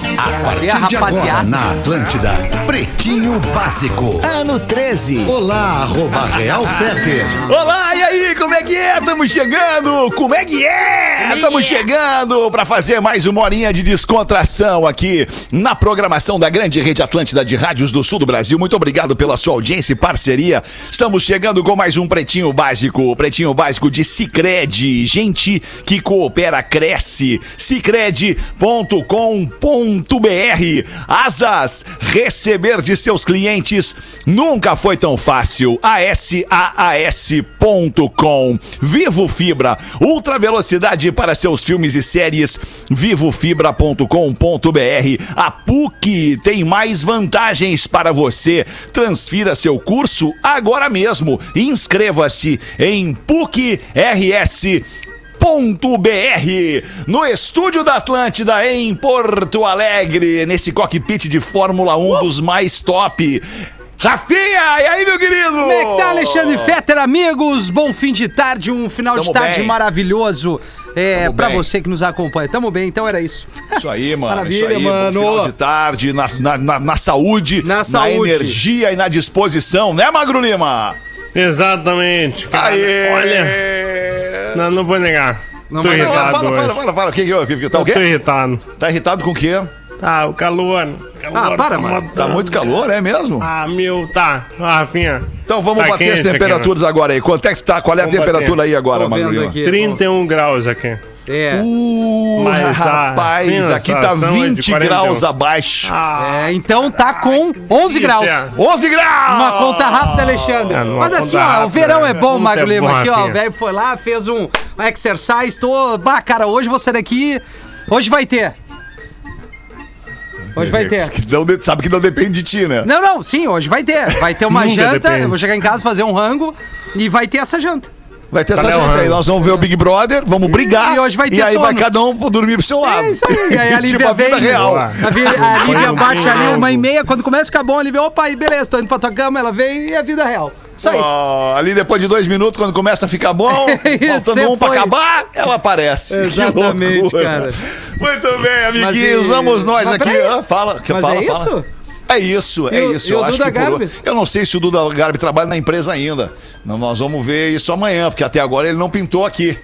partir a de agora rapaziada. na Atlântida. Pretinho Básico. Ano 13. Olá, arroba Real Feter. Olá, e aí, como é que é? Tamo chegando! Como é que é? Tamo chegando pra fazer mais uma horinha de descontração aqui na programação da grande rede Atlântida de rádios do sul do Brasil. Muito obrigado pela sua audiência e parceria. Estamos chegando com mais um Pretinho Básico. Pretinho Básico de Cicred. Gente que coopera, cresce. Cicred.com.br Asas, receber de seus clientes nunca foi tão fácil. ASAAS.com Vivo Fibra, ultra velocidade para seus filmes e séries. Vivofibra.com.br A PUC tem mais vantagens para você. Transfira seu curso agora mesmo. Inscreva-se em PUCRS. .br no estúdio da Atlântida em Porto Alegre, nesse cockpit de Fórmula 1 dos mais top. Rafinha, e aí, meu querido? Como é que tá, Alexandre Fetter, amigos? Bom fim de tarde, um final Oh. Tamo de tarde bem. maravilhoso é, Tamo pra bem. você que nos acompanha. Tamo bem, então era isso. Isso aí, mano. Maravilha, isso aí, mano. Bom final de tarde, na, na, na, na saúde, Na saúde. energia e na disposição, né, Magro Lima? Exatamente. cara. Aê! Olha, não, não vou negar. Não Tô vai Não, negar. irritado fala, hoje. fala, fala, fala. O que que eu- que que- Tá o Tô quê? irritado. Tá irritado com o quê? Tá, o calor. o calor Ah, para, tá mano. matando. Tá muito calor, é mesmo? Ah, meu, tá. Ah, Rafinha. Então vamos Tá bater as quente aqui, temperaturas agora aí. Quanto é que tá? Qual é a Vamos temperatura bater. aí agora, Tô Magro vendo Lima? né? aqui. 31 graus aqui. É, um. Uh, Mas a rapaz, aqui tá sensação é de 20 41. graus abaixo. Ah, é, então tá com 11 graus. é. 11 graus! Uma conta rápida, Alexandre. Ah, numa Mas assim, ó, conta rápida, o verão é né? bom, Puta, Magro é Lima. bom, Aqui, ó, o Rafinha. velho foi lá, fez um exercise, tô. Bah, cara, hoje você daqui. Hoje vai ter. Hoje vai ter. Não de- sabe que não depende de ti, né? Não, não, sim, hoje vai ter. Vai ter uma Nunca janta, depende. eu vou chegar em casa, fazer um rango e vai ter essa janta. Vai ter essa Tá, gente não, aí. é. Nós vamos ver o Big Brother, vamos brigar. e hoje vai ter aí vai sono. cada um dormir pro seu lado. É isso aí. E aí a tipo Lívia a vida vem. real. Boa. A, Vi- a Lívia Não bate tem ali rango. uma e meia, quando começa a ficar bom, a Lívia, opa, aí beleza, tô indo pra tua cama, ela vem e é vida real. Isso aí. Ó, ali depois de dois minutos, quando começa a ficar bom, Você faltando um pra foi. acabar, ela aparece. Que Exatamente, loucura. cara. Muito bem, amiguinhos, e- vamos nós mas aqui. peraí. Ah, fala, que Mas fala, é fala. isso? É isso, é E o- isso. e o eu acho Duda que por- Garbi? Eu não sei se o Duda Garbi trabalha na empresa ainda. Não, nós vamos ver isso amanhã, porque até agora ele não pintou aqui.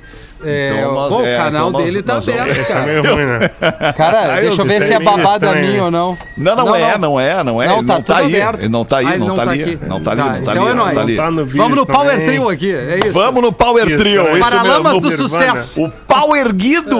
É, Então nós- pô, o é, canal então nós- dele tá nós vamos- é aberto, tá cara. meio ruim, né? Cara, deixa eu ver isso se é é meio babado a estranho, mim hein? ou não. Não, não, é, não é, não é. Não, ele tá não tá tudo ali. aberto. Ele não tá aí, Ah, ele não, não tá, tá ali. aqui. Não tá ali, Tá, não tá então ali. não tá é nóis. ali. Tá no vídeo Vamos no Power também. Trio aqui, é isso. Vamos no Power Isso, Trio. é né? Isso Paralamas mesmo. do Nirvana. sucesso. O pau erguido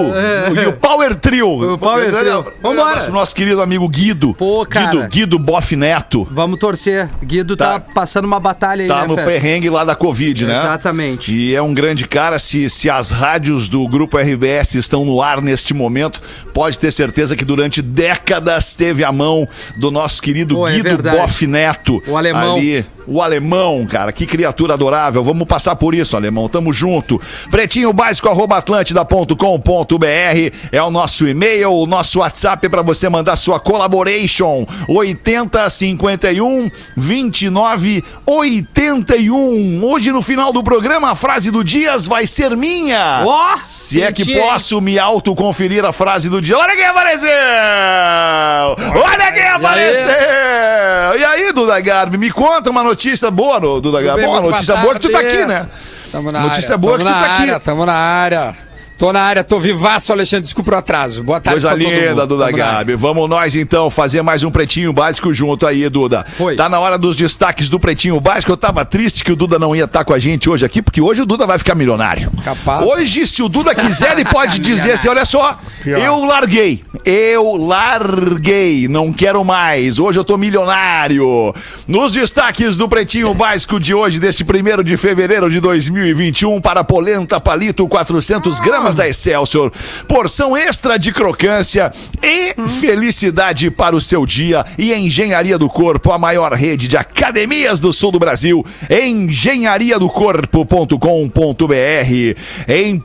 e o pau ertrio. É, O pau ertrio. Vambora. Vambora. Nosso querido amigo Guido. Pô, cara. Guido, Guido Boff Neto. Vamos torcer. Guido Tá. tá, passando uma batalha aí, Tá né, no Fer? perrengue lá da Covid, né? Exatamente. E é um grande cara. Se, se as rádios do Grupo RBS estão no ar neste momento, pode ter certeza que durante décadas teve a mão do nosso querido Pô, é Guido verdade. Boff Neto. O alemão. Ali. O alemão, cara, que criatura adorável. Vamos passar por isso, alemão. Tamo junto. Pretinho básico arroba atlântida.com.br é o nosso e-mail, o nosso WhatsApp para você mandar sua collaboration 8051 2981. Hoje no final do programa a frase do Dias vai ser minha. Ó, Se é que senti, hein? posso me autoconferir a frase do dia. Olha quem apareceu! Olha quem apareceu! E aí, Duda Garbi, me conta uma notícia boa, no, Duda Garbi. bem, Bom, uma muito notícia boa boa que tu tá tarde. aqui, né? Tamo na Notícia área. boa tamo que tu na tá aqui. área, Tamo na área. Tô na área, tô vivaço, Alexandre. Desculpa o atraso. Boa tarde, Coisa pra todo linda, mundo. Duda Tamo na área. Gabi. Vamos nós, então, fazer mais um Pretinho Básico junto aí, Duda. Foi. Tá na hora dos destaques do Pretinho Básico. Eu tava triste que o Duda não ia estar com a gente hoje aqui, porque hoje o Duda vai ficar milionário. Capaz. Hoje, se o Duda quiser, ele pode dizer assim, olha só, Pior. eu larguei. Eu larguei. Não quero mais. Hoje eu tô milionário. Nos destaques do Pretinho Básico de hoje, deste 1 de fevereiro de 2021, para polenta palito, 400 gramas da Excelsior. Porção extra de crocância e felicidade para o seu dia. E Engenharia do Corpo, a maior rede de academias do sul do Brasil. Engenharia do Corpo.com.br. Em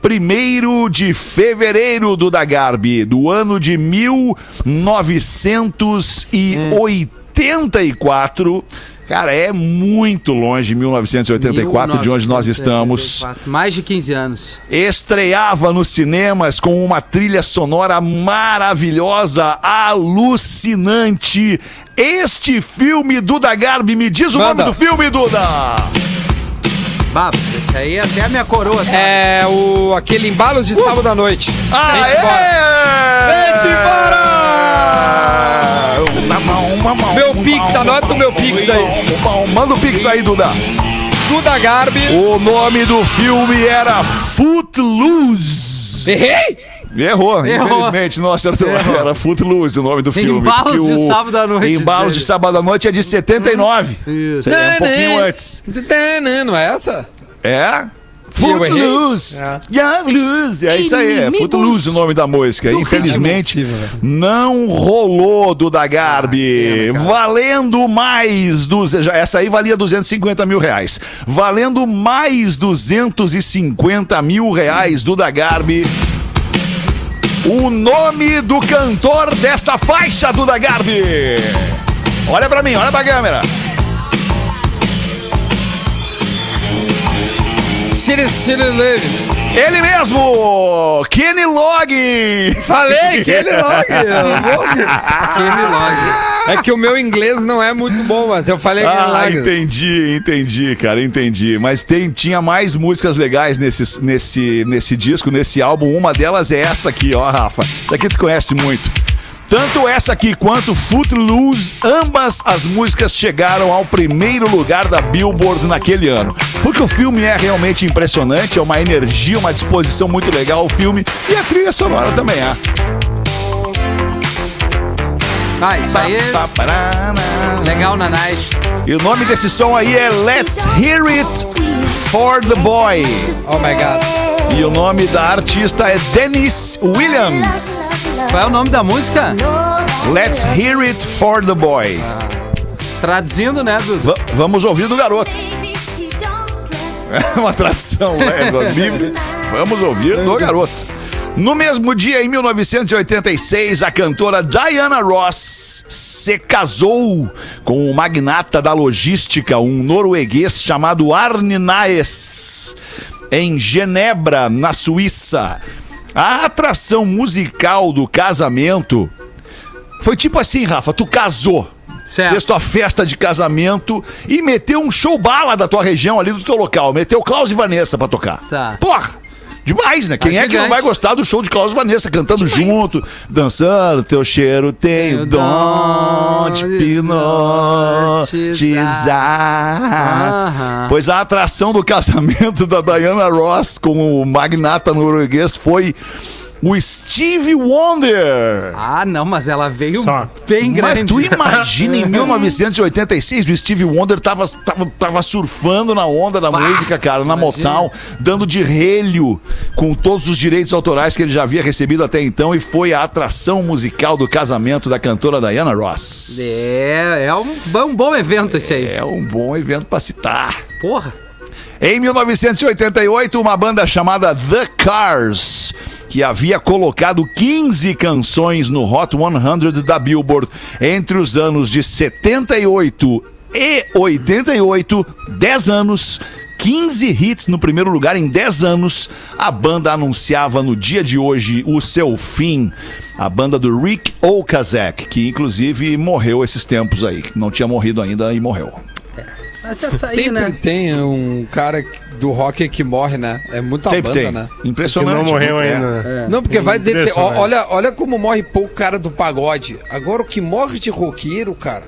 1 de fevereiro do Dagarbi, do ano de 1984. Cara, é muito longe 1984 de onde nós estamos. 1984, Mais de 15 anos. Estreava nos cinemas com uma trilha sonora maravilhosa, alucinante. Este filme, Duda Garbi, me diz o Manda. nome do filme, Duda! Babo, esse aí é até a minha coroa. sabe? É o, aquele embalos de sábado à noite. Vem-te embora. Aê! Vem-te embora! Uma mão, uma mão, Meu uma Pix, mão, anota o meu Pix aí. uma mão. Manda o Pix aí, Duda. Duda Garbi. O nome do filme era Footloose. Errei! Errou, Errou. infelizmente, não acertou. Era Footloose o nome do filme. Embalos porque de o- Sábado à Noite Hum. Embalos de dele. Sábado à Noite é de 79. Isso. É, um pouquinho né? antes. Não, não é essa? É? Eu errei? Footloose. É. Young Lose. É isso aí, é Footloose o nome da música. Infelizmente, ritmo. É possível, não rolou do da Ah, Garbi. Valendo mais. Dos, já- essa aí valia 250 mil reais. Valendo mais 250 mil reais do da Garbi. O nome do cantor desta faixa, Duda Garbi. Olha pra mim, olha pra câmera. Chile Chile Leves. Ele mesmo, Kenny Log. Falei que ele logo. É que o meu inglês não é muito bom, mas eu falei que ele Ah, logo. entendi, entendi, cara, entendi. Mas tem, tinha mais músicas legais nesse, nesse, nesse disco, nesse álbum. Uma delas é essa aqui, ó, Rafa. Essa aqui tu conhece muito. Tanto essa aqui quanto Footloose, ambas as músicas chegaram ao primeiro lugar da Billboard naquele ano. Porque o filme é realmente impressionante, é uma energia, uma disposição muito legal o filme e a trilha sonora também é. Ah, isso aí é legal na night. E o nome desse som aí é Let's Hear It for the Boy. Oh my god. E o nome da artista é Dennis Williams. Qual é o nome da música? Let's Hear It for the Boy. Traduzindo, né, Dudu? Va- vamos ouvir do garoto. É uma tradição né? do livre. Vamos ouvir do garoto. No mesmo dia, em 1986, a cantora Diana Ross se casou com o magnata da logística, um norueguês chamado Arne Naes, em Genebra, na Suíça. A atração musical do casamento foi tipo assim, Rafa, tu casou fez Certo. tua festa de casamento e meteu um show bala da tua região ali do teu local. Meteu Klaus e Vanessa pra tocar. Tá. Porra! Demais, né? Quem é que gigante. não vai gostar do show de Klaus e Vanessa cantando junto, dançando, teu cheiro tem Tem o o dom de dom de Aham. hipnotizar. Pois a atração do casamento da Diana Ross com o magnata norueguês foi o Steve Wonder. Ah, não, mas ela veio Só. bem grande. Mas tu imagina, em 1986, o Steve Wonder tava, tava, tava surfando na onda da música, cara, na Motown, dando de relho com todos os direitos autorais que ele já havia recebido até então e foi a atração musical do casamento da cantora Diana Ross. É, é um, é um bom evento esse aí. É um bom evento pra citar. Porra. Em 1988, uma banda chamada The Cars, que havia colocado 15 canções no Hot 100 da Billboard entre os anos de 78 e 88, 10 anos. 15 hits no primeiro lugar em 10 anos. A banda anunciava no dia de hoje o seu fim. A banda do Rick Okazek, que inclusive morreu esses tempos aí. que Não tinha morrido ainda e morreu. Mas essa aí, Sempre né? tem um cara que- do rock que morre, né? É muita Sempre banda, tem. né? Impressionante. não morreu É. ainda. né? Não, porque vai dizer. te- ó, Impressionante. olha, olha como morre pouco cara do pagode. Agora o que morre de roqueiro, cara.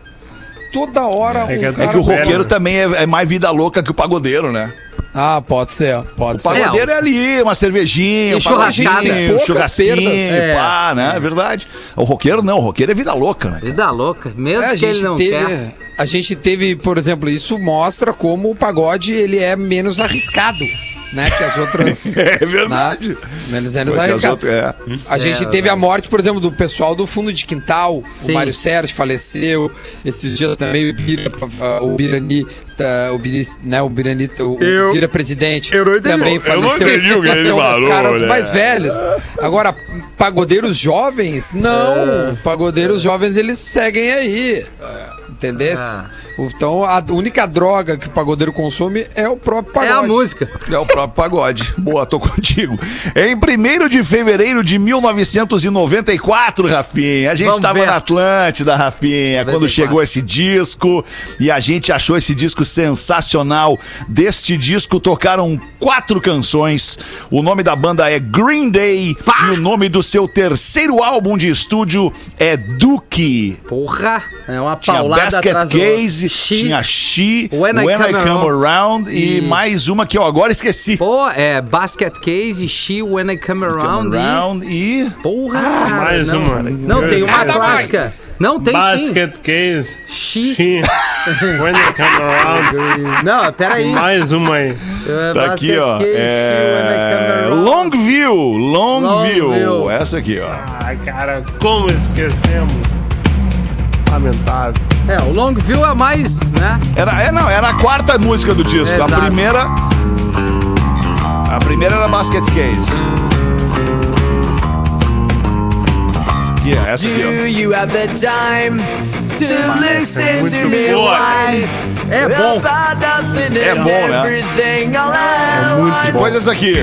Toda hora É um que- é cara. É que o Cara, roqueiro velho. também é, é mais vida louca que o pagodeiro, né? Ah, pode ser, pode O ser. pagodeiro é, ali, uma cervejinha, E um pagodinho, churrascada. um Poucas churrasquinho, perdas. É. pá, né? É verdade. O roqueiro não, o roqueiro é vida louca, né? Vida louca. Mesmo É, a que ele gente não teve, quer. a gente teve, por exemplo, isso mostra como o pagode ele é menos arriscado, né, que as outras. É verdade. Menos menos Porque as arriscado. outras- é. A gente teve a morte, por exemplo, do pessoal do fundo de quintal. Sim. O Mário Sérgio faleceu. Esses dias também o Bira, o Birani, tá, o Biri, né, o Birani, o, Eu- o Bira presidente eu não entendi. Eu também não faleceu. Então, entendi o que ele São falou, caras né? mais velhos. Agora, É. pagodeiros jovens? Não. Pagodeiros jovens eles seguem aí. entendesse? Ah. Então a única droga que o pagodeiro consome é o próprio É pagode. a música. É o próprio pagode. Boa, tô contigo. Em 1 de fevereiro de 1994, Rafinha, a gente Vamos estava ver. na Atlântida, Rafinha, quando 94. chegou esse disco e a gente achou esse disco sensacional. Deste disco tocaram quatro canções. O nome da banda é Green Day e o nome do seu terceiro álbum de estúdio é Duke. Porra, é uma Tinha paulada Basket atrás do... Case, She- tinha She, When When, I I, Come Come Around e... e mais uma que eu agora esqueci. Pô, é Basket Case, She, When I Come Around, Come Around Ah, e... e... Porra, cara, mais não. uma. Não, tem uma Nada clássica. Não, tem Basket case. sim. She... Sim. When you come around. Não, peraí. Mais uma aí. É, Tá Basket aqui, ó. Case, She, When I É... Come Around. Longview, Longview. Longview. Essa aqui, ó. Ai, cara, como esquecemos? Lamentável. É, o Longview é mais, né? Era, é, não, era a quarta música do disco. Exato. A primeira... A primeira era Basket Case. Aqui, ó, essa aqui, ó. Do you have the time to listen to muito me boa. whine É bom. about nothing É and bom, né? everything all at once? Depois é essa aqui.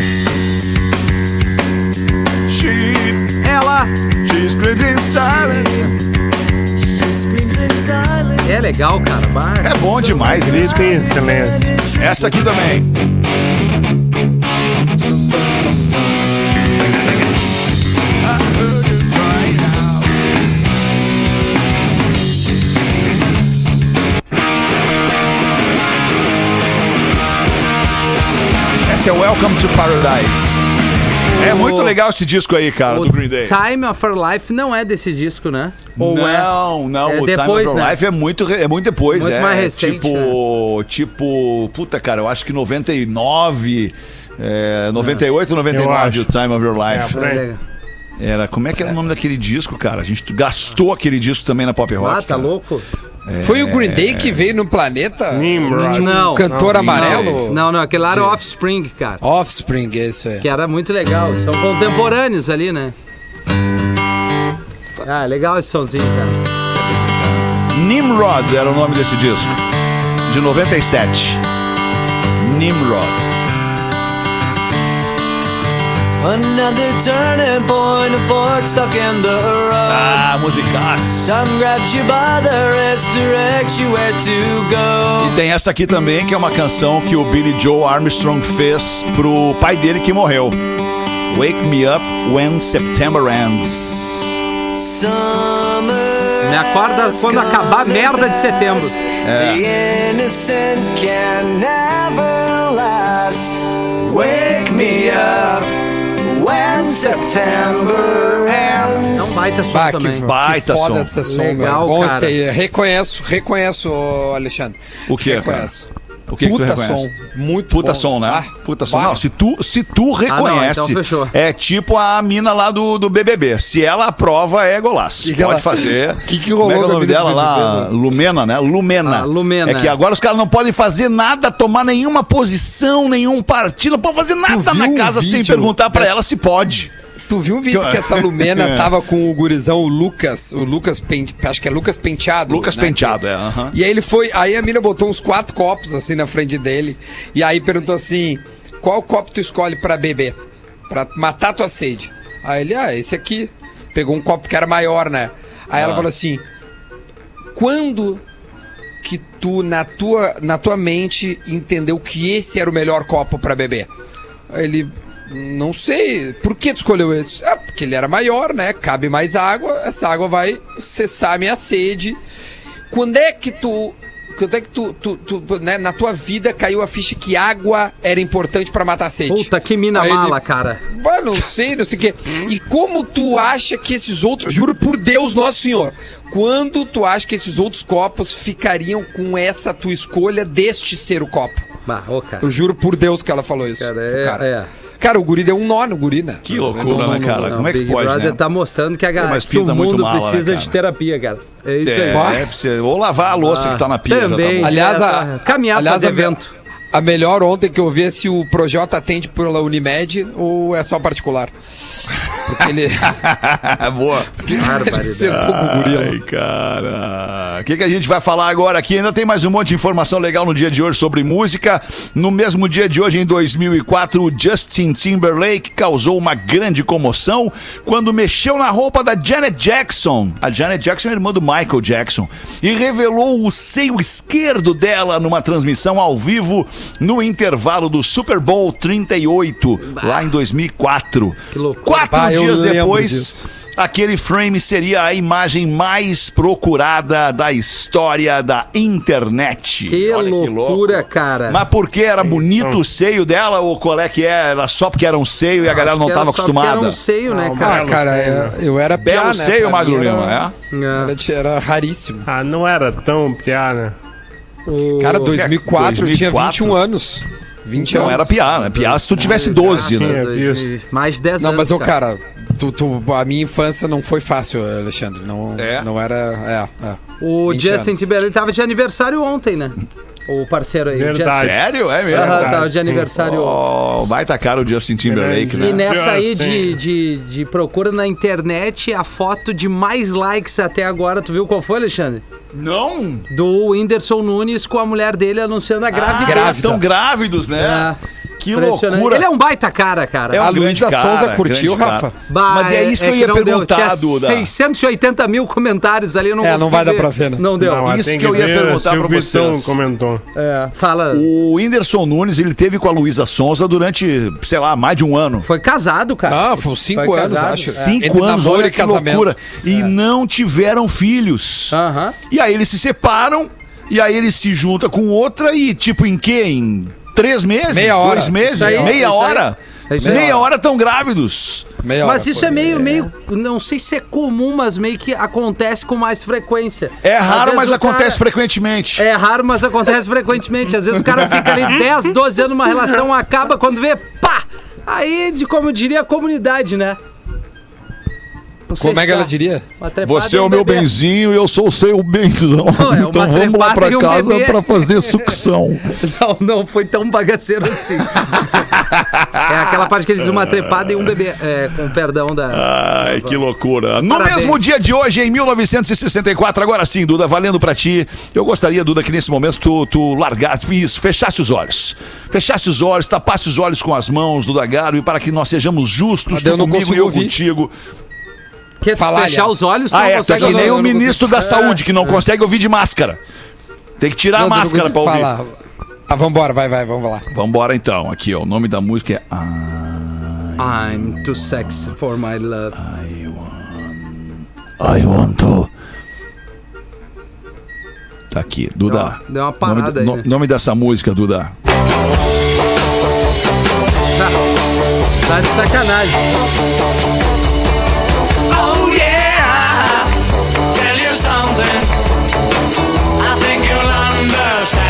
She, Ela she screamed in silence. She screams in silence. é legal, cara. É Bah. bom demais, né? Grita em silêncio. Essa aqui também. Essa é Welcome to Paradise. É muito legal esse disco aí, cara, do Green Day. Time of Our Life não é desse disco, né? Não, não, É o depois, Time of Your né? Life é muito, re- é muito depois, Muito é, mais recente, né? tipo, tipo, puta cara, eu acho que 99, é, 98, 99 acho. o Time of Your Life. É. É. Era, como é que era o nome daquele disco, cara? A gente gastou aquele disco também na Pop Rock. Ah, tá cara. louco? Foi o Green Day que veio no planeta? Nimrod. É. Não. O cantor Não, amarelo? Não, não, aquele lá era Offspring, cara. Offspring, esse é. Que era muito legal. São contemporâneos ali, né? Ah, legal esse somzinho, cara. Nimrod era o nome desse disco. De 97. Nimrod. Another turning point, a fork stuck in the road. Ah, musicaço. Time grabs you by the wrist, directs you where to E go. tem essa aqui também, que é uma canção que o Billy Joe Armstrong fez pro pai dele que morreu. Wake Me Up When September Ends. Summer. Me acorda has quando acabar a come merda de setembro. The É. innocent can never last. Wake me up when September É um ends. baita som Bah, também. baita foda som. essa som, Legal, meu. Bom, cara. esse aí. Reconheço, reconheço, ô, Alexandre. O que, é, Reconheço. O que, que tu Puta reconhece? som. Muito Puta bom. som, né? Ah, Puta som. bah. Não, se tu, se tu reconhece, então fechou. é tipo a mina lá do, do BBB. Se ela aprova, é golaço. Que que Pode ela- fazer. Que que Como é que rolou é o na nome vida do dela lá? BBB? Lumena, né? Lumena. Ah, Lumena, É que é. agora os caras não podem fazer nada, tomar nenhuma posição, nenhum partido. Não podem fazer nada viu na um casa sem vídeo Tá. perguntar pra dessa- ela se pode. Tu viu um vídeo que essa É. Lumena tava com o gurizão, o Lucas, o Lucas, Pen- acho que é Lucas Penteado. Lucas né? Penteado, é. aham. E aí ele foi, aí a mina botou uns quatro copos assim na frente dele. E aí perguntou assim: qual copo tu escolhe pra beber? Pra matar tua sede. Aí ele, ah, esse aqui. Pegou um copo que era maior, né? Aí Ah. ela falou assim: quando que tu na tua, na tua mente entendeu que esse era o melhor copo pra beber? Aí ele não sei, por que tu escolheu esse? Ah, porque ele era maior, né? Cabe mais água, essa água vai cessar a minha sede. Quando é que tu quando é que tu, tu- tu, né, na tua vida caiu a ficha que água era importante pra matar a sede? Puta, que mina Aí ele- mala, cara. Bah, não sei, não sei o quê. E como tu acha que esses outros. Juro por Deus, Nosso Senhor. Quando tu acha que esses outros copos ficariam com essa tua escolha deste ser o copo? Bah, ô, cara. Eu juro por Deus que ela falou isso. Cara, é- cara. é. Cara, o guri deu um nó no guri, né? Que loucura, né, cara? Não, Como é que Big pode, Brother né? tá mostrando que, a galera, mas que o pinta muito mundo mala, né, precisa de cara? terapia, cara. É isso aí. Bah. É, é, precisa- ou lavar a louça que tá na pia. já tá Ah, Também. bom. Aliás, É, a, caminhar aliás, fazer a me- evento. A melhor ontem que eu vi é se o Projota atende pela Unimed ou é só particular. Porque ele, Boa. ele sentou com o um gorila. Ai, cara. O que, que a gente vai falar agora aqui? Ainda tem mais um monte de informação legal no dia de hoje sobre música. No mesmo dia de hoje, em 2004, o Justin Timberlake causou uma grande comoção quando mexeu na roupa da Janet Jackson. A Janet Jackson é irmã do Michael Jackson. E revelou o seio esquerdo dela numa transmissão ao vivo no intervalo do Super Bowl 38, lá em 2004. Que loucura. Quatro Bah, eu dias lembro depois. disso. Aquele frame seria a imagem mais procurada da história da internet. Que Olha que loucura, louco. cara. Mas porque era bonito o seio dela ou qual é que é? Era só porque era um seio e a galera não Acho que estava era só porque acostumada? Era um seio, né, Não, cara? mas- Cara, é- eu era Belo piá, né? seio, Pra mim Magro Lima, era- É. era- Era raríssimo. Ah, não era tão piada. O- Cara, 2004, eu tinha 2004. 21 anos. 20 Não, anos. era piá, né? Piá se tu tivesse 12, né? É, 2000 Mais de 10 Não, anos. mas ô cara, tu, tu- a minha infância não foi fácil, Alexandre. Não, É? não era. É, é. O 20 Justin anos. Timberlake tava de aniversário ontem, né? O parceiro aí. o Verdade. Sério? É Justin. Aham, mesmo? tava de sim. aniversário ontem. Oh, vai tacar o Justin Timberlake, Grande. E né? nessa aí de, Justin. de, de procura na internet, a foto de mais likes até agora, tu viu qual foi, Alexandre? Não! Do Whindersson Nunes com a mulher dele anunciando a gravidez. Ah, estão grávidos, né? É. Que Impressionante. loucura. Ele é um baita cara, cara. É um A Luísa grande cara, Souza curtiu, grande Rafa? cara. Mas é isso que eu ia não deu. perguntar, Tinha Duda. 680 mil comentários ali, eu não É, não consegui vai dar pra ver, né? Não deu. Não, mas Isso tem que eu ia ver perguntar se o pra Vitão vocês. comentou. É, fala. O Whindersson Nunes, ele teve com a Luísa Sonza durante, sei lá, mais de um ano. Foi casado, cara. Ah, foi uns 5 Foi anos, casado. é. acho. Cinco Entre anos, namoro olha e que loucura. E não tiveram filhos. Aham. E aí eles se separam, e aí ele se junta com outra e, tipo, em quê? Em três meses? Meia hora. Dois meses? Isso aí, isso meia aí. hora? É isso aí. meia hora estão grávidos. Meia Mas hora, isso pô. é meio, meio. Não sei se é comum, mas meio que acontece com mais frequência. É Às raro, vezes mas o acontece cara- frequentemente. É raro, mas acontece frequentemente. Às vezes o cara fica ali 10, 12 anos numa relação, acaba quando vê, pá! Aí, de como diria a comunidade, né? Não sei Como se é que ela tá. diria? Uma trepada Você e é um o meu bebê. benzinho e eu sou o seu benzão. Não, é uma então vamos lá trepada pra e um casa bebê. pra fazer sucção. Não, não foi tão bagaceiro assim. é aquela parte que eles uma trepada e um bebê. É, com perdão da. Ai, que loucura. No Parabéns. mesmo dia de hoje, em 1964, agora sim, Duda, valendo pra ti. Eu gostaria, Duda, que nesse momento tu, tu largasse, isso, fechasse os olhos. Fechasse os olhos, tapasse os olhos com as mãos, Duda Garo, e para que nós sejamos justos, Mas tu eu não comigo e consigo eu ouvir. contigo. Que se Falar, fechar aliás. os olhos, tu Ah, é, tu é consegue que não, nem eu o não consigo. ministro da saúde, que não consegue ouvir de máscara. Tem que tirar a Não, máscara não pra consigo ouvir. falar. Ah, vambora, vai, vai, vamos lá. Vambora então, aqui, ó. O nome da música é. Ah, I'm too sexy for my love. I want to. Tá aqui, Duda. Deu uma- deu uma parada nome, da- aí, no- né? nome dessa música, Duda. Tá de sacanagem. Oh yeah, tell you something. I think you'll understand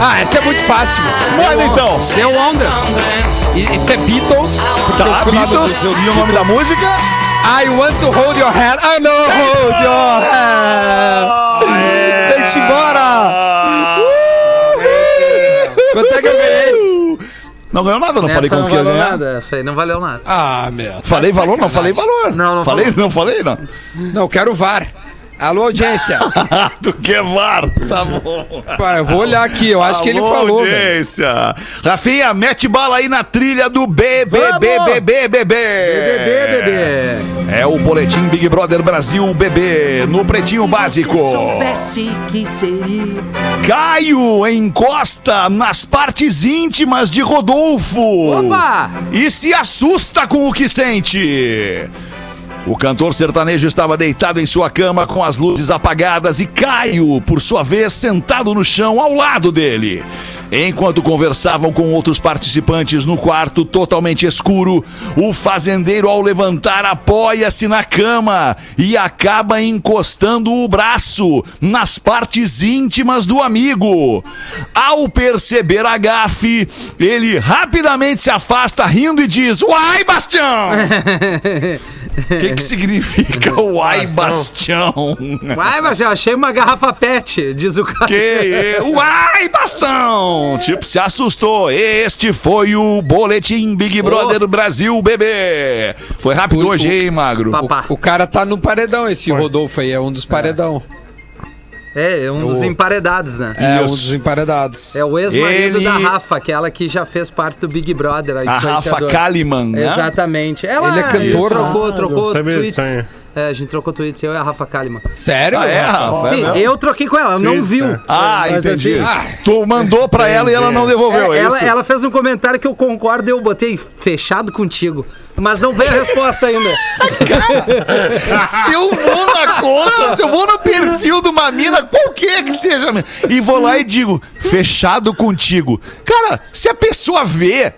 Ah, essa é muito fácil. Manda então. Deu onda. something. I- Isso é Beatles. Porque eu Tá, fui lá no Beatles. museu E o nome da música? I want to hold your hand. I no hold your É. hand. Deixa embora. Quanto é que eu ganhei? Não ganhou nada, não falei Essa quanto não que ia valeu ganhar. nada. Essa aí não valeu nada. Ah, meu. Falei valor, não falei valor. Não, não falei, não falei, não. Não, quero o VAR. Alô, audiência. Ah, tu quer VAR. Tá bom. Pá, eu vou olhar aqui. Eu acho que ele Alô, falou, velho. audiência. Rafinha, mete bala aí na trilha do Vamos. BBBBBBB. Bebê, bebê. É o boletim Big Brother Brasil BB no Pretinho Básico. que seria. Caio encosta nas partes íntimas de Rodolfo. Opa! E se assusta com o que sente. O cantor sertanejo estava deitado em sua cama com as luzes apagadas e Caio, por sua vez, sentado no chão ao lado dele. Enquanto conversavam com outros participantes no quarto totalmente escuro, o fazendeiro, ao levantar, apoia-se na cama e acaba encostando o braço nas partes íntimas do amigo. Ao perceber a gafe, ele rapidamente se afasta rindo e diz: Uai, Bastião! O que, que significa o ai bastião? Ai, mas eu achei uma garrafa pet, diz o cara. Que é o ai bastão! Tipo, se assustou. Este foi o boletim Big Brother Brasil, bebê. Foi rápido O- hoje, o- hein, magro? Papai. Pá. O cara tá no paredão, esse Rodolfo aí, é um dos paredão. É, um dos O- emparedados, né? É, um Isso. dos emparedados. É o ex-marido Ele- da Rafa, aquela que já fez parte do Big Brother. A Rafa influenciadora. Kalimann, né? Exatamente. Ela Ele é cantor, trocou, né? trocou Eu sabia tweets. disso aí. É, a gente trocou tweets, eu e a Rafa Kalimann. Sério? Ah, é, Rafa? Rafa? É Sim, mesmo? eu troquei com ela, ela não Tweets, viu. né? Ah, Mas, entendi. assim, ah. tu mandou pra ela e ela não devolveu, é, ela, isso? ela fez um comentário que eu concordo e eu botei fechado contigo. Mas não veio a resposta ainda. Se eu vou na conta, se eu vou no perfil de uma mina, qualquer que seja, e vou lá e digo, fechado contigo. Cara, se a pessoa vê,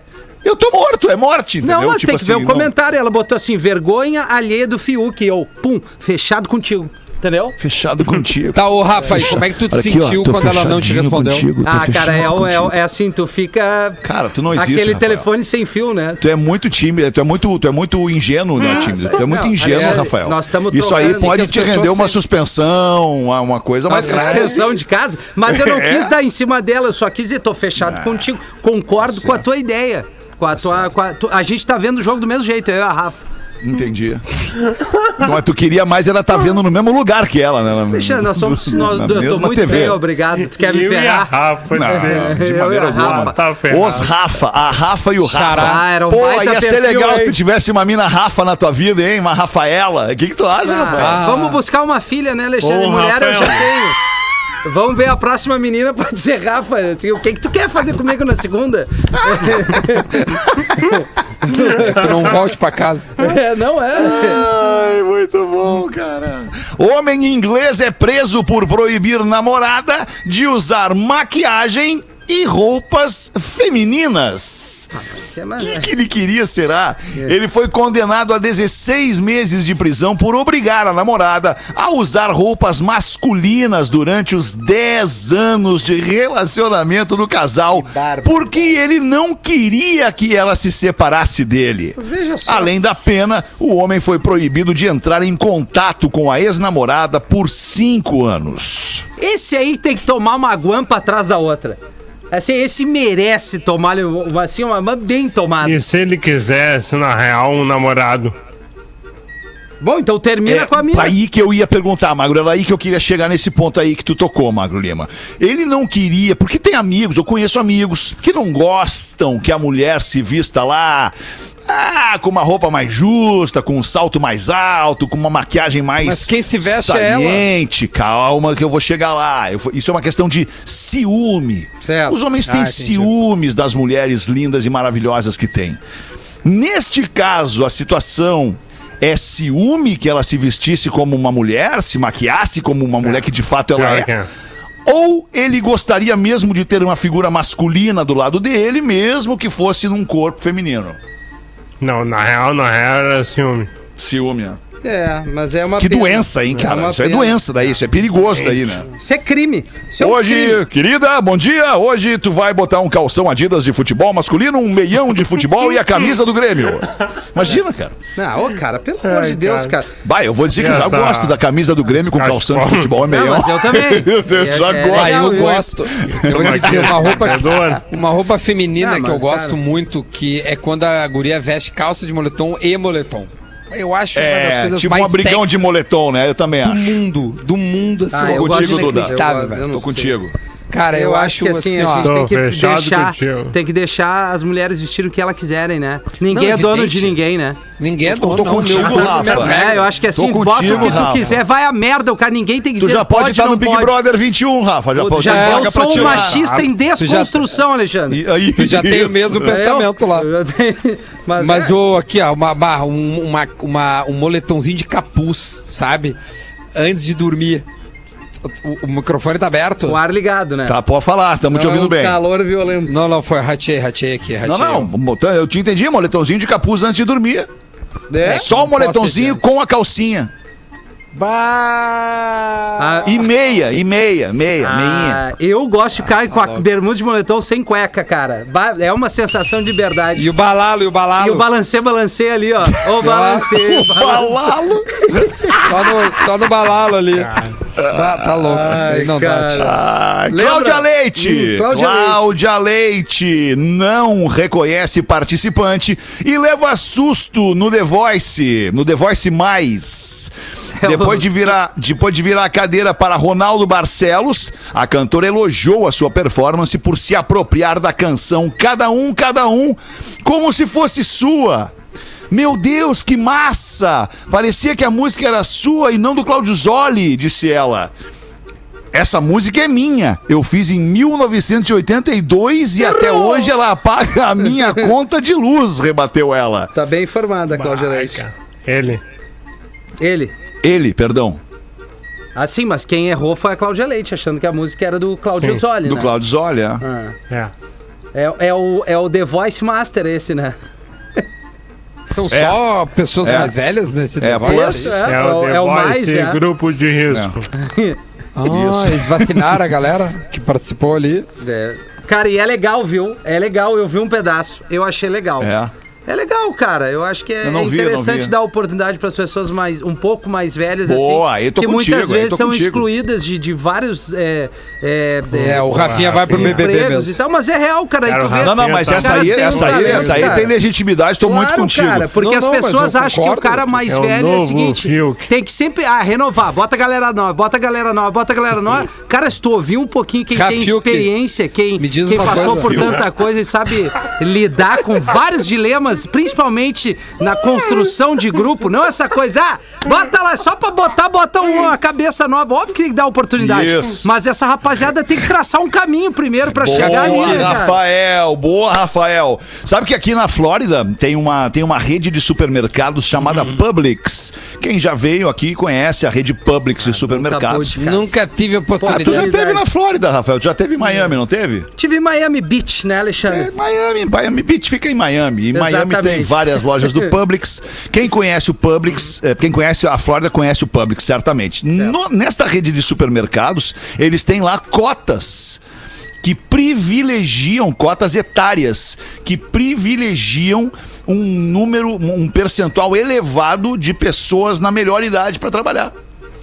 eu tô morto, é morte, entendeu? Não, mas Tipo tem que ver assim, o não- comentário. Ela botou assim, vergonha alheia do Fiuk. E eu, pum, fechado contigo. Entendeu? Fechado contigo. Tá, ô Rafa, e como é que tu te sentiu quando ela não te respondeu? Ah, cara, é, o- é o- é assim, tu fica. Cara, tu não existe, Aquele Rafael. telefone sem fio, né? Tu é muito tímido, tu é muito, tu é muito ingênuo, né, tímido? Tu é muito Não, ingênuo, aliás, Rafael. nós estamos Isso aí trocando- pode as te pessoas render uma sempre- suspensão, uma- uma coisa Uma mais grave. suspensão de casa, mas eu não É. quis dar em cima dela, eu só quis dizer, tô Ah, fechado contigo. Concordo com a tua ideia. Com Tá a, tua, com a, tu- a gente tá vendo o jogo do mesmo jeito, eu e a Rafa. Entendi. Mas tu queria mais ela tá vendo no mesmo lugar que ela, né? Na- Alexandre, nós somos. nós- na eu tô mesma muito TV. bem, obrigado. Tu quer me eu e a ferrar? Rafa, Não, dizer, de Eu e maneira a alguma. ah, Rafa. tá ferrado. Os Rafa, a Rafa e o Rafa. Xará, era um Pô, baita ia ser perfil, legal hein? se tivesse uma mina Rafa na tua vida, hein? Uma Rafaela. O que, que tu acha, Rafael? Ah, Vamos buscar uma filha, né, Alexandre? Ô, Mulher eu já Rafael. tenho. Vamos ver a próxima menina pra dizer, Rafa, assim, o que que tu quer fazer comigo na segunda? Tu não volte pra casa. É, não é? Ai, muito bom, cara. Homem inglês é preso por proibir namorada de usar maquiagem e roupas femininas. O Ah. é. que, que ele queria, será? Ele foi condenado a 16 meses de prisão por obrigar a namorada a usar roupas masculinas durante os 10 anos de relacionamento do casal, bárbaro. porque ele não queria que ela se separasse dele. veja só. Além da pena, o homem foi proibido de entrar em contato com a ex-namorada por 5 anos. Esse aí tem que tomar uma guampa atrás da outra. Assim, esse merece tomar uma, assim, uma mão bem tomada. E se ele quisesse, na real, um namorado? Bom, então termina É, com a minha. Aí que eu ia perguntar, Magro, era aí que eu queria chegar nesse ponto aí que tu tocou, Magro Lima. Ele não queria, porque tem amigos, eu conheço amigos que não gostam que a mulher se vista lá. Ah, com uma roupa mais justa, com um salto mais alto, com uma maquiagem mais Mas quem se veste é ela. saliente. Calma que eu vou chegar lá. Eu vou- isso é uma questão de ciúme. Certo. Os homens têm Ah, entendi. ciúmes das mulheres lindas e maravilhosas que têm. Neste caso, a situação é ciúme que ela se vestisse como uma mulher, se maquiasse como uma mulher que de fato ela Claro é. que é. Ou ele gostaria mesmo de ter uma figura masculina do lado dele, mesmo que fosse num corpo feminino. Não, na real, na real era ciúme. Ciúme, né? É, mas é uma Que pena. doença, hein, É cara? uma Isso é pena. doença daí, isso é perigoso daí, né? Isso é crime. Isso é um crime. Hoje, querida, bom dia. Hoje tu vai botar um calção Adidas de futebol masculino, um meião de futebol e a camisa do Grêmio. Imagina, cara. Não, ô, cara, pelo amor de Deus, cara. cara. Bah, eu vou dizer que eu já Essa- gosto da camisa do Grêmio com Essa- calção de futebol é e Não, meião. mas eu também. Eu já É- é gosto. Ah, legal, eu hein? gosto. Eu é vou te dizer, uma roupa, Perdona. uma roupa feminina Ah, que eu mas, gosto cara. muito, que é quando a guria veste calça de moletom e moletom. Eu acho uma das É, coisas tipo um mais abrigão sexys de moletom, né? Eu também do acho. mundo, do mundo assim, Ah, uma eu coisa gosto de- eu inacreditável, gosto, eu velho. Tô não sei. contigo. Cara, Eu acho que assim, a gente ó. tem que, Tô fechado deixar, contigo. tem que deixar as mulheres vestirem o que elas quiserem, né? Ninguém é Não, dono evidente. de ninguém, né? ninguém é dono tô não, contigo, meu corpo, Rafa. minhas É, regras. É, eu acho que assim, Tô bota contigo, o que Rafa. tu quiser, vai a merda, o cara ninguém tem que Tu dizer já pode estar não no Big pode. Brother 21, Rafa. Já, Eu pode. já já eu joga pra sou ti Ah, um lá. machista em tá- desconstrução, Alexandre. E aí- Tu já tem o mesmo Isso. pensamento lá. Eu já tenho- Mas, Mas é, o, aqui, ó, uma, barra, um, uma, uma- um moletomzinho de capuz, sabe? Antes de dormir. O, o microfone tá aberto? o ar ligado, né? Tá, pode falar, estamos te Não, é ouvindo um bem. calor violento. Não, não, foi ratei, ratei aqui, ratei. Não, não, botão- eu te entendi, moletomzinho de capuz antes de dormir. É? Só o Não posso moletomzinho ir com a calcinha. Bah! Ah, E meia, e meia, meia, meinha. ah, eu gosto de ficar com a louco. bermuda de moletom sem cueca, cara. Ba- É uma sensação de liberdade. E o balalo, e o balalo. E o balancê, balancê ali, ó. Ô, balancê. Balalo! Só, no, só no balalo ali. Ah, tá louco, isso aí não dá. cara. tio. Ah, Cláudia Leite! Hum, Cláudia Cláudia Leite. não reconhece participante e leva susto no The Voice, no The Voice Mais. Depois de, virar, depois de virar a cadeira para Ronaldo Barcelos, a cantora elogiou a sua performance por se apropriar da canção Cada Um, Cada Um, como se fosse sua. Meu Deus, que massa! Parecia que a música era sua e não do Claudio Zoli, disse ela. Essa música é minha. Eu fiz em 1982 e até hoje ela paga a minha conta de luz, rebateu ela. Tá bem informada, Cláudia Leite. cara. Ele. Ele. Ele, perdão, Assim, mas quem errou foi a Cláudia Leite, achando que a música era do Cláudio Sim, Zoli, do né? Claudio Zoli. é. Ah. É. É, é o, é o The Voice Master esse, né? São só pessoas É. mais velhas nesse É, plus. negócio. É, É, é o o- The é o Voice, mais, é. grupo de risco. Ah, eles vacinaram a galera que participou ali. É. Cara, e é legal, viu? É legal, eu vi um pedaço, eu achei legal. É. É legal, cara. Eu acho que é Eu não vi, eu não interessante vi. dar oportunidade para as pessoas mais, um pouco mais velhas, Boa, assim, aí tô que muitas contigo, aí vezes tô são contigo. excluídas de, de vários é, é, É, o Rafinha vai pro Rafinha. BBB empregos e mesmo. tal, mas é real, cara. aí Cara, tu o vê- Rafinha Não, não, mas tá- essa aí, Cara, tem essa um aí, talento, essa aí cara. tem legitimidade, tô muito Claro, contigo. cara, porque Não, as não, mas pessoas eu acham que o concordo. um cara mais É o velho é o novo seguinte, Fiuk. tem que sempre ah, renovar, bota a galera nova, bota a galera nova, bota a galera nova. Cara, se tu ouvir um pouquinho quem tem Rafiuk, experiência, quem, me diz quem uma passou coisa. por Fiuk. tanta coisa e sabe lidar com vários dilemas, principalmente na construção de grupo, não essa coisa, ah, bota lá, só pra botar, bota uma cabeça nova, óbvio que tem que dar oportunidade, Isso. mas essa rapaziada tem que traçar um caminho primeiro pra chegar ali, Boa, né, cara? Rafael, boa, Rafael. Sabe que aqui na Flórida tem uma, tem uma rede de supermercados chamada Uhum. Publix. Quem já veio aqui conhece a rede Publix Ah, então de supermercados. pude, cara. Nunca tive Ah, tu já oportunidade. teve na Flórida, Rafael. Tu já teve em Miami, não teve? Tive em Miami Beach, né, Alexandre? É, Miami, Miami Beach fica em Miami. E Miami tem Exatamente. várias lojas do Publix. Quem conhece o Publix, eh, quem conhece a Flórida conhece o Publix, certamente. No- nesta rede de supermercados, eles têm lá cotas que privilegiam cotas etárias, que privilegiam um número, um percentual elevado de pessoas na melhor idade para trabalhar.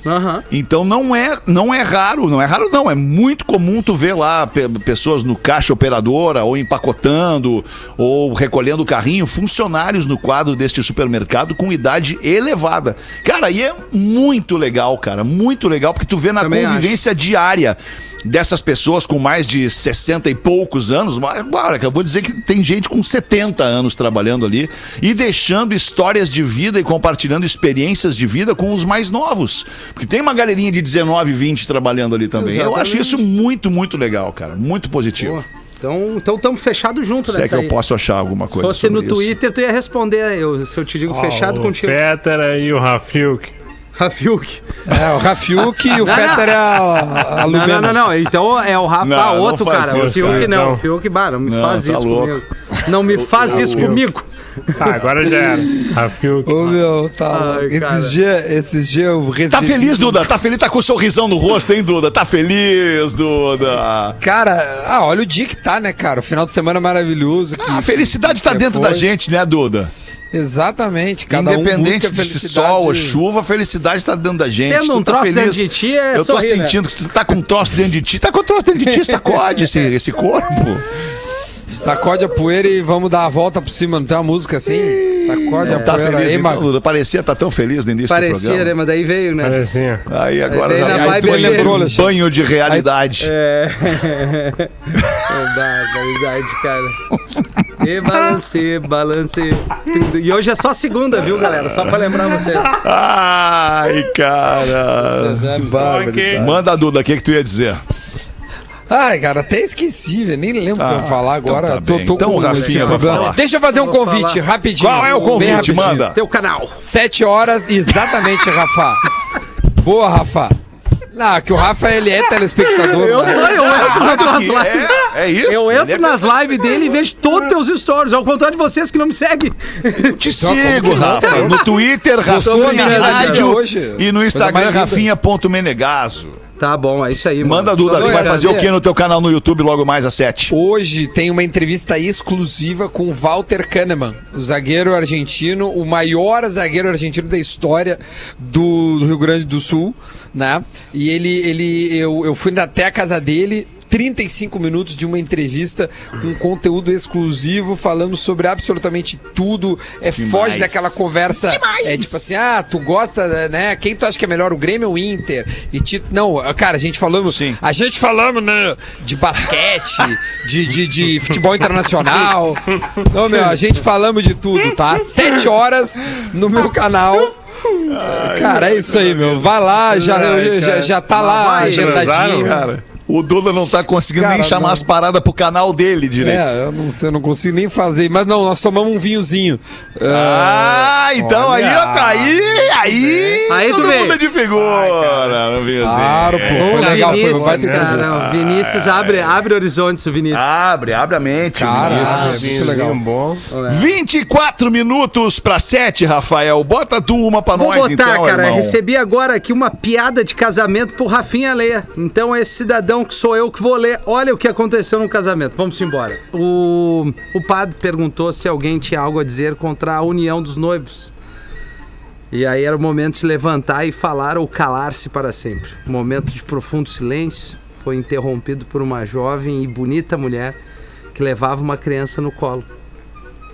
Aham. Então não é, não é raro, não é raro não, é muito comum tu ver lá pe- pessoas no caixa operadora ou empacotando ou recolhendo o carrinho, funcionários no quadro deste supermercado com idade elevada. Cara, e é muito legal, cara, muito legal porque tu vê na Também convivência diária dessas pessoas com mais de 60 e poucos anos, mas agora que eu vou dizer que tem gente com 70 anos trabalhando ali e deixando histórias de vida e compartilhando experiências de vida com os mais novos. Porque tem uma galerinha de 19, 20 trabalhando ali também. Eu acho Exatamente. isso muito, muito legal, cara. Muito positivo. Então, então tamo fechado junto Se é nessa que eu aí. posso achar alguma Se coisa fosse no sobre isso. Twitter, tu ia responder. Eu, se eu te digo fechado Ah, o contigo. Fétera e o Rafiuk. Rafiuk. É, o Rafiuk e o Não, Fetter é a, a Não, Lumena. não, não, não. Então é o Rafa Não, não outro, faz cara. o isso, Fiuk cara. não. Não. O Fiuk, bah, não me Não, faz tá isso louco. comigo. Não me faz isso eu- comigo. Tá, agora já era. Rafiuk. Ô, meu, tá Ai, louco. cara. Esses dias, esses dias eu recebi... Tá feliz, Duda? Tá feliz? Tá com um sorrisão no rosto, hein, Duda? Tá feliz, Duda? Cara, ah, olha o dia que tá, né, cara? O final de semana maravilhoso. que- Ah, a felicidade tá que dentro da foi. gente, né, Duda? Exatamente. Cada Independente um busca de se felicidade. sol ou chuva, a felicidade tá dentro da gente. Tendo Tu um tá troço feliz. dentro de ti é Eu tô sorrir, né? sentindo que tu tá com um troço dentro de ti. Tá com um troço dentro de ti, sacode esse, esse corpo. Sacode a poeira e vamos dar a volta por cima. Não tem uma música assim? É, Sacode a tá poeira. feliz, aí, então, Mago. Duda? Parecia tá tão feliz no início do Parecia, né? programa. Mas daí veio, né? Parecia. Aí agora Aí veio já- na aí vibe é tu dele. lembrou, um Alexandre. banho de realidade. É. é barbaridade, cara. E balance, balance. E hoje é só segunda, viu, galera? Só pra lembrar vocês. Tá. Ai, cara. Exames. Ok. Manda, Duda, o que, que tu ia dizer? Ai, cara, até esqueci, velho. Nem lembro o que eu ia falar então agora. tá tô, bem. tô Então com o Rafinha esse vai problema. falar. Deixa eu fazer um Vou convite falar. rapidinho. Qual é o Bem convite? rapidinho. Manda. Teu canal. Sete horas, exatamente, Rafa. Boa, Rafa. Não, que o Rafa, ele é telespectador. Eu né? é sou, eu entro nas tuas que lives. é, é isso. Eu ele entro é nas lives dele e vejo todos os teus stories, ao contrário de vocês que não me seguem. Te um Só como sigo, que não, Rafa. cara? No Twitter, Gostou da Rafinha minha Rádio. vida hoje? E no Coisa Instagram, mais linda. rafinha.menegaso. Tá bom, é isso aí. mano. Manda, Duda, Não, tu vai eu fazer o sabia. que no teu canal no YouTube logo mais às sete? Hoje tem uma entrevista exclusiva com o Walter Kahneman, o zagueiro argentino, o maior zagueiro argentino da história do, do Rio Grande do Sul, né? E ele, ele eu, eu fui até a casa dele. 35 minutos de uma entrevista com conteúdo exclusivo, falando sobre absolutamente tudo. É, foge daquela conversa. É tipo assim, ah, tu gosta, né? Quem tu acha que é melhor, o Grêmio ou o Inter? E ti- Não, cara, a gente falamos. Sim. A gente falamos, né, de basquete, de, de, de futebol internacional. Não, meu, a gente falamos de tudo, tá? Sete horas no meu canal. Cara, é isso aí, meu. Vai lá, já, Ai, já, cara. já tá lá Vai, agendadinho. transaram, Cara, o Duda não tá conseguindo Cara, nem chamar não. as paradas pro canal dele direito. É, eu não, sei, eu não consigo nem fazer. Mas não, nós tomamos um vinhozinho. Ah, então aí, ó, tá aí, aí, Aí todo tu vê. mundo é de figura, não viu assim? Claro, pô, Ô, foi legal, foi Vinícius, vai né? ter cara, não, Vinícius, abre, abre horizontes, o Vinícius. Abre, abre a mente. Cara, menino. ah, é muito legal. bom. 24 minutos pra 7, Rafael. Bota tu uma pra Vou nós, botar, então, cara. irmão. Recebi agora aqui uma piada de casamento pro Rafinha ler. Então, esse cidadão que sou eu que vou ler. Olha o que aconteceu no casamento. Vamos embora. O, o padre perguntou se alguém tinha algo a dizer contra a união dos noivos. E aí era o momento de se levantar e falar ou calar-se para sempre. Um momento de profundo silêncio foi interrompido por uma jovem e bonita mulher que levava uma criança no colo.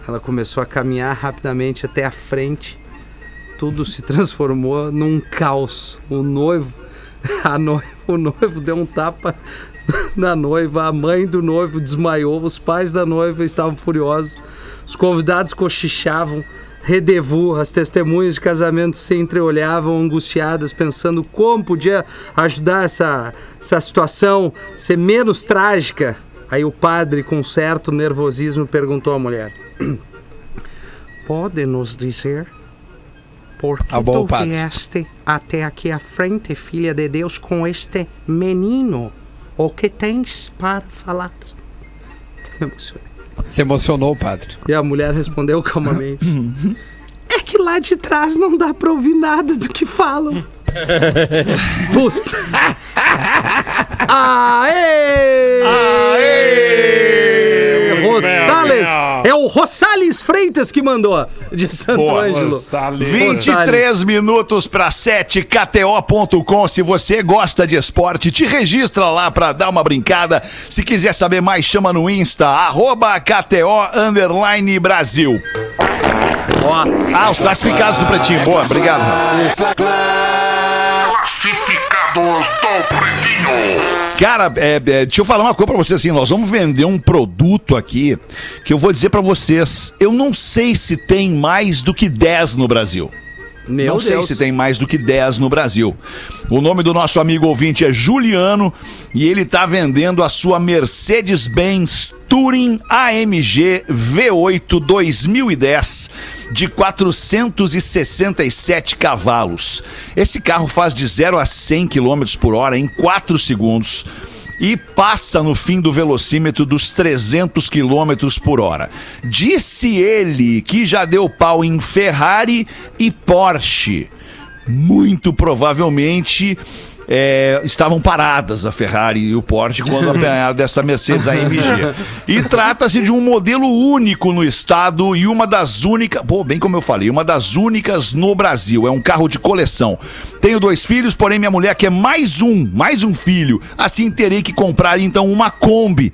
Ela começou a caminhar rapidamente até a frente tudo se transformou num caos. O noivo, a noiva, o noivo deu um tapa na noiva, a mãe do noivo desmaiou, os pais da noiva estavam furiosos, os convidados cochichavam, redevu, as testemunhas de casamento se entreolhavam angustiadas, pensando como podia ajudar essa, essa situação a ser menos trágica. Aí o padre, com um certo nervosismo, perguntou à mulher: Pode nos dizer por que Tá bom, tu padre. vieste até aqui à frente, filha de Deus, com este menino? O que tens para falar? Se emocionou, padre. E a mulher respondeu calmamente: É que lá de trás não dá pra ouvir nada do que falam. Puta! Aê! Aê! Rosales! Meu Deus. É o Rosales Freitas que mandou, de Santo Boa, Ângelo. Rosales. 23 minutos para 7, KTO.com. Se você gosta de esporte, te registra lá para dar uma brincada. Se quiser saber mais, chama no Insta, arroba KTO underline Brasil. Ah, os classificados do Pretinho. Boa, obrigado. Cara, é, é, deixa eu falar uma coisa pra vocês assim, nós vamos vender um produto aqui que eu vou dizer pra vocês, eu não sei se tem mais do que 10 no Brasil. Meu não sei Deus. se tem mais do que 10 no Brasil. O nome do nosso amigo ouvinte é Juliano e ele tá vendendo a sua Mercedes-Benz Touring AMG V8 2010 de 467 cavalos. Esse carro faz de 0 a 100 km por hora em 4 segundos e passa no fim do velocímetro dos 300 km por hora. Disse ele que já deu pau em Ferrari e Porsche. Muito provavelmente é, estavam paradas a Ferrari e o Porsche quando apanharam né, dessa Mercedes AMG. E trata-se de um modelo único no estado e uma das únicas, pô, bem como eu falei, uma das únicas no Brasil. É um carro de coleção. Tenho dois filhos, porém minha mulher quer mais um, mais um filho. Assim terei que comprar então uma Kombi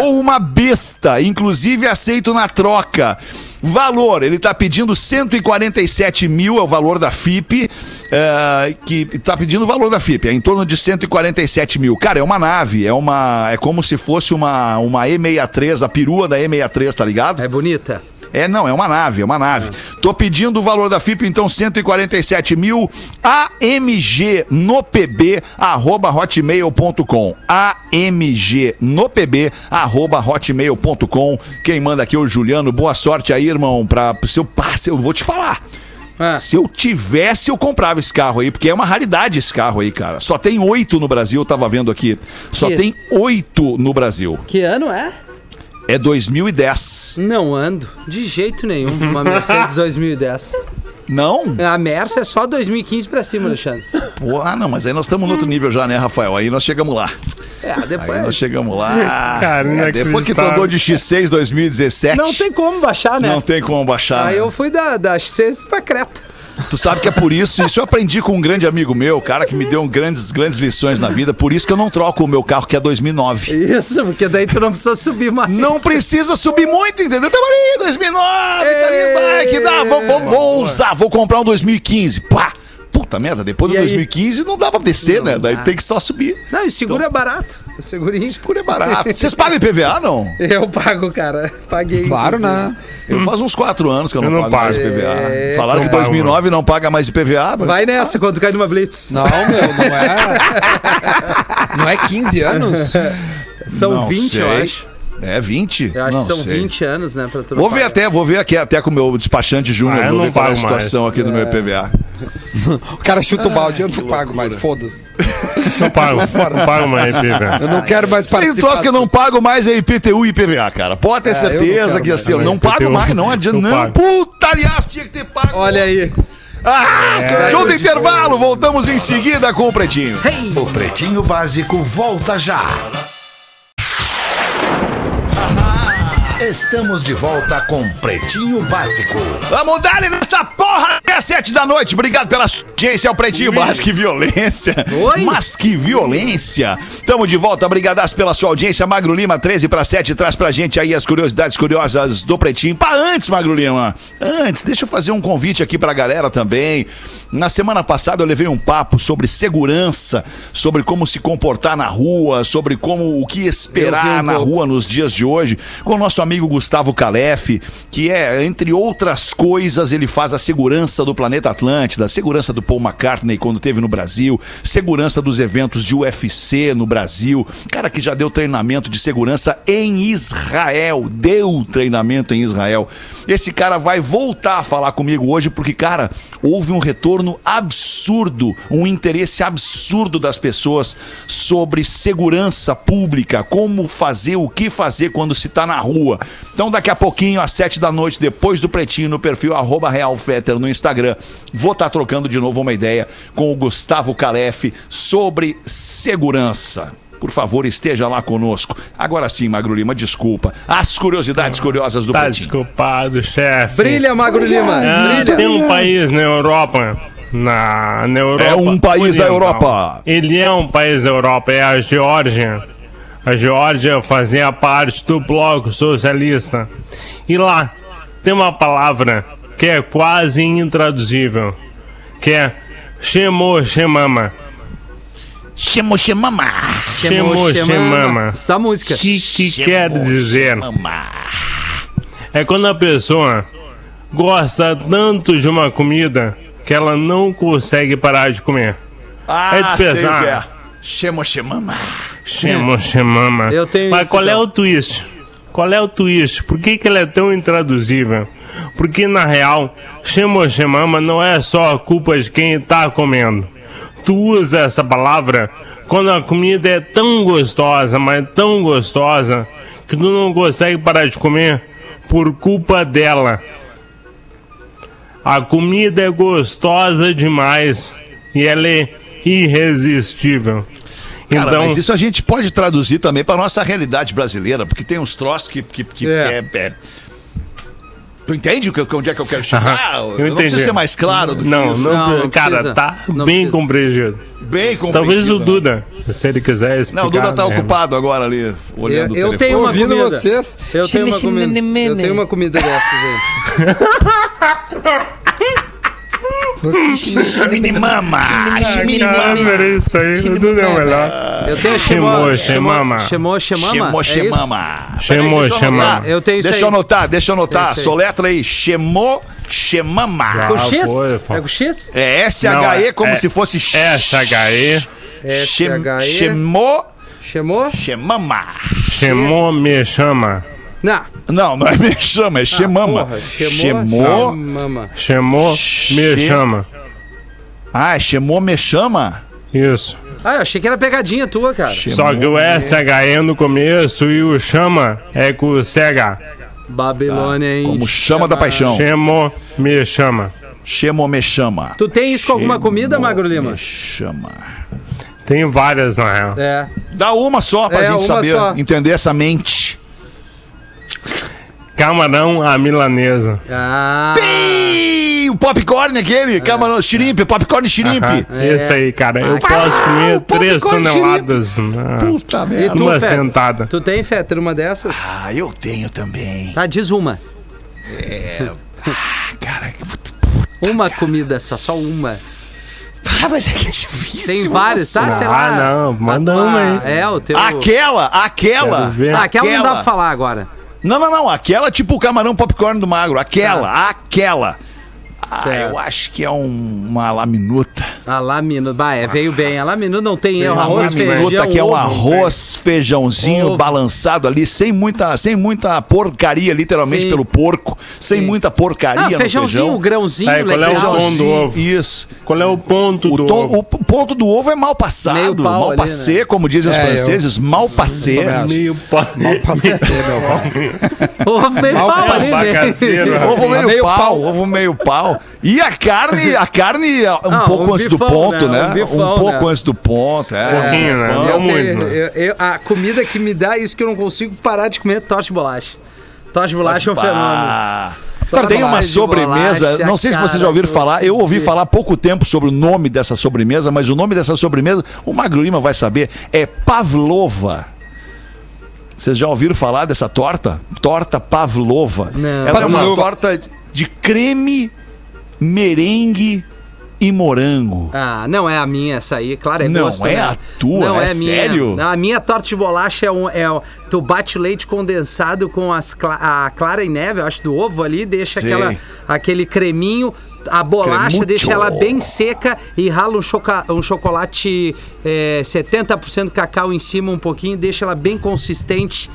ou uma besta, inclusive aceito na troca. Valor, ele tá pedindo 147 mil, é o valor da FIP, eh, que tá pedindo o valor da FIP, é em torno de 147 mil. Cara, é uma nave, é uma, é como se fosse uma, uma E63, a perua da E63, tá ligado? É bonita. É, não, é uma nave, é uma nave. Tô pedindo o valor da FIP, então 147 mil. AMG no PB, arroba hotmail.com. AMG no PB, arroba hotmail.com. Quem manda aqui é o Juliano. Boa sorte aí, irmão, pra seu parceiro. Eu vou te falar. Ah. Se eu tivesse, eu comprava esse carro aí, porque é uma raridade esse carro aí, cara. Só tem oito no Brasil, eu tava vendo aqui. Só Que- tem oito no Brasil. Que ano é? É 2010. Não ando, de jeito nenhum, uma Mercedes 2010. Não? A Mercedes é só 2015 pra cima, Alexandre. Pô, ah, não, mas aí nós estamos no outro nível já, né, Rafael? Aí nós chegamos lá. É, Aí nós depois... chegamos lá. Cara, É, depois que tu inacreditável. andou de X6 2017. Não tem como baixar, né? Não tem como baixar. Aí né? eu fui da, da XC pra Creta. Tu sabe que é por isso, isso eu aprendi com um grande amigo meu, cara, que me deu um grandes, grandes lições na vida. Por isso que eu não troco o meu carro, que é 2009. Isso, porque daí tu não precisa subir mais. Não precisa subir muito, entendeu? Então, Tamo ali, 2009, tá ali, Ei! vai, que dá, vou, vou, vou usar, vou comprar um 2015. Pá! Puta merda, depois E do aí? 2015 não dá pra descer, né? Daí dá. tem que só subir. Não, e seguro é barato. O segurinho. Seguro é barato. Vocês pagam IPVA, não? Eu pago, cara. Paguei. Claro, né? Eu faz uns 4 anos que eu não, Eu não pago, pago. mais IPVA. É, Falaram que cara. 2009 não paga mais IPVA. mas- Vai nessa quando cai numa blitz. Não, meu, não é. Não é 15 anos? São Não 20, eu sei. acho. É 20? Eu acho Não que são sei. 20 anos, né, pra tu não Vou ver pagar. até, vou ver aqui até com o meu despachante júnior, Ah, eu vou ver não qual é a pago mais. situação aqui do meu IPVA. O cara chuta o balde, Ah, eu não pago mais, foda-se. Não pago, não pago mais, Eu velho. não quero mais Tem um participar. troço que eu não pago mais é IPTU e IPVA, cara. Pode ter eu não certeza quero que mais assim, eu também. não pago IPTU, mais, não adianta. eu Não, pago. puta, aliás, tinha que ter pago. Olha aí. Ah, É. show do intervalo, voltamos em seguida com o Pretinho. O Pretinho Básico volta já. Estamos de volta com Pretinho Básico. Vamos dar nessa porra até sete da noite. Obrigado pela sua audiência. É o Pretinho. Mas que violência. Oi. Mas que violência. Tamo de volta. Obrigadas pela sua audiência. Magro Lima, 13 para 7. Traz pra gente aí as curiosidades curiosas do Pretinho. Pra antes, Magro Lima. Antes, deixa eu fazer um convite aqui pra galera também. Na semana passada eu levei um papo sobre segurança, sobre como se comportar na rua, sobre como o que Eu vi esperar um na pouco. rua rua nos dias de hoje com o nosso amigo Gustavo Calef, que é, entre outras coisas, ele faz a segurança do planeta Atlântida, a segurança do Paul McCartney quando teve no Brasil, segurança dos eventos de UFC no Brasil, cara que já deu treinamento de segurança em Israel, deu treinamento em Israel. Esse cara vai voltar a falar comigo hoje porque, cara, houve um retorno absurdo, um interesse absurdo das pessoas sobre segurança pública, como fazer, o que fazer quando se tá na rua. Então, daqui a pouquinho, às sete da noite, depois do Pretinho, no perfil arroba realfetter no Instagram, vou estar trocando de novo uma ideia com o Gustavo Calef sobre segurança. Por favor, esteja lá conosco. Agora sim, Magro Lima, desculpa. As curiosidades curiosas do Tá Pretinho. desculpado, chefe. Brilha, Magro Lima. Ah, Brilha. tem um país na Europa. Na, na Europa. É um país da Oriental. Europa. Ele é um país da Europa, é a Geórgia. A Geórgia fazia parte do Bloco Socialista. E lá tem uma palavra que é quase intraduzível, que é Shemoshemama. Chamo, chamamá. Chemo, chemama. Isso da música. Que que quer dizer? Chamamá. É quando a pessoa gosta tanto de uma comida que ela não consegue parar de comer. Ah, É de pesar. sei o que é. Chama, chamama. Chama, chamama. Eu tenho Mas isso, qual é então. o twist? Qual é o twist? Por que, que ela é tão intraduzível? Porque na real, chama, chamama não é só a culpa de quem tá comendo. Tu usa essa palavra quando a comida é tão gostosa, mas tão gostosa, que tu não consegue parar de comer por culpa dela. A comida é gostosa demais e ela é irresistível. Então, Cara, mas isso a gente pode traduzir também pra nossa realidade brasileira, porque tem uns troços que. que, que- É. que é- é- Tu entende o que- onde é que eu quero chegar? eu não preciso entendi. ser mais claro do que Não, isso. não, Não, não cara, precisa. tá Não bem precisa. compreendido. Bem compreendido. Talvez o né? Duda, se ele quiser explicar. Não, o Duda tá né? ocupado agora ali, olhando Eu- o É, telefone. eu tenho uma Ouvindo comida. vocês. Eu tenho uma comida. Eu tenho uma comida dessas aí. Mama! Cara, é isso aí, o Duda é o né? melhor. Eu tenho a Chemo, chemo- chemama. Chemo, chemama. Chemou, É isso? chemama. Chemou, Peraí, deixa eu chemama. anotar. Eu tenho isso Deixa eu aí. anotar, deixa eu anotar. isso aí. Soletra aí. Chemou, chemama. Com Ah, X? pô, pô. É com X? É Não, SHE é- como é- se fosse SHE, SHE. Chemou Chemou? Chemama. chemou, me chama. Não. Não, não é me chama, é chemama. Ah, Porra, é Chemou. Chamama. Chamou, me Che- chama. é Ah, chemou me chama? Isso. Ah, eu achei que era pegadinha tua, cara. Só que o SHE no começo e o chama é com o CH. Babilônia, hein? Como chama da paixão. Chamou, me chama. Chemou me chama. Tu tem isso com alguma Chemou comida, Magro Lima? Me chama. Tem várias na real. É. Dá uma só pra É, gente uma saber, só. entender essa mente. Camarão à milanesa. Ah. Ih, O popcorn É. aquele, camarão, shrimp, popcorn shrimp. Ah, Esse aí, cara. Eu Ah, posso comer pão três de corte toneladas. Ah. na- Puta E merda. tu, Uma Fetter? sentada. Tu tem, Fetter, uma dessas? Ah, eu tenho também. Tá, diz uma. Cara, que puta- Uma comida só, só uma. ah, mas é que é difícil. Tem várias, tá? Sei Ah, lá. não, manda A tua- uma aí. É, o teu. Aquela, aquela. Quero ver. Ah, aquela não dá pra falar agora. Não, não, não. Aquela é tipo o camarão popcorn do magro. Aquela, aquela. Ah, Tá. Certo. eu acho que é um- uma laminuta. A Lamino. Bah, é, veio bem. A Lamino não tem erro. Uma Arroz, laminuta feijão, Laminuta que é um ovo. né? arroz, feijãozinho Ovo. balançado ali, sem muita, sem muita porcaria, literalmente, Sim. pelo porco. Sem muita porcaria Ah, no feijãozinho, feijão. grãozinho, Aí, qual é o legal. tom do ovo? Isso. Qual é o ponto O, do tom- ovo? o p- ponto do ovo é mal Meio passado. pau Mal ali, passé, né? como dizem os É, eu- franceses, mal passé. também acho. Meio pa- Mal pra você, meu pau. Ovo meio Mal pau ali, é né? bacaceiro, Ovo meio, Meio pau, pau. ovo meio pau. E a carne, a carne é um Ah, pouco um antes do bifão, ponto, né? né? Um bifão, um pouco né? antes do ponto, Um é. pouquinho, né? Eu Não muito, tenho- né? eu- eu- a comida que me dá isso que eu não consigo parar de comer é torta de bolacha. Torta de bolacha é um fenômeno. Ah, Torta Tem uma bolacha, sobremesa, Tá, bolacha, não sei se vocês cara, já ouviram eu falar, eu ouvi sei. falar há pouco tempo sobre o nome dessa sobremesa, mas o nome dessa sobremesa, o Magro Lima vai saber, é Pavlova. Vocês já ouviram falar dessa torta? Torta Pavlova. Não. Ela é uma Pavlova. torta de creme, merengue e morango. Ah, não é a minha essa aí, claro, é Não gosto, é né? a tua, é sério? Minha, a minha torta de bolacha é um... É, um- tu bate o leite condensado com as, cla- a clara e neve, eu acho, do ovo ali, deixa Sei. aquela, aquele creminho, a bolacha, Cremucho. deixa ela bem seca e rala um, choca- um chocolate é, 70% cacau em cima um pouquinho, deixa ela bem consistente.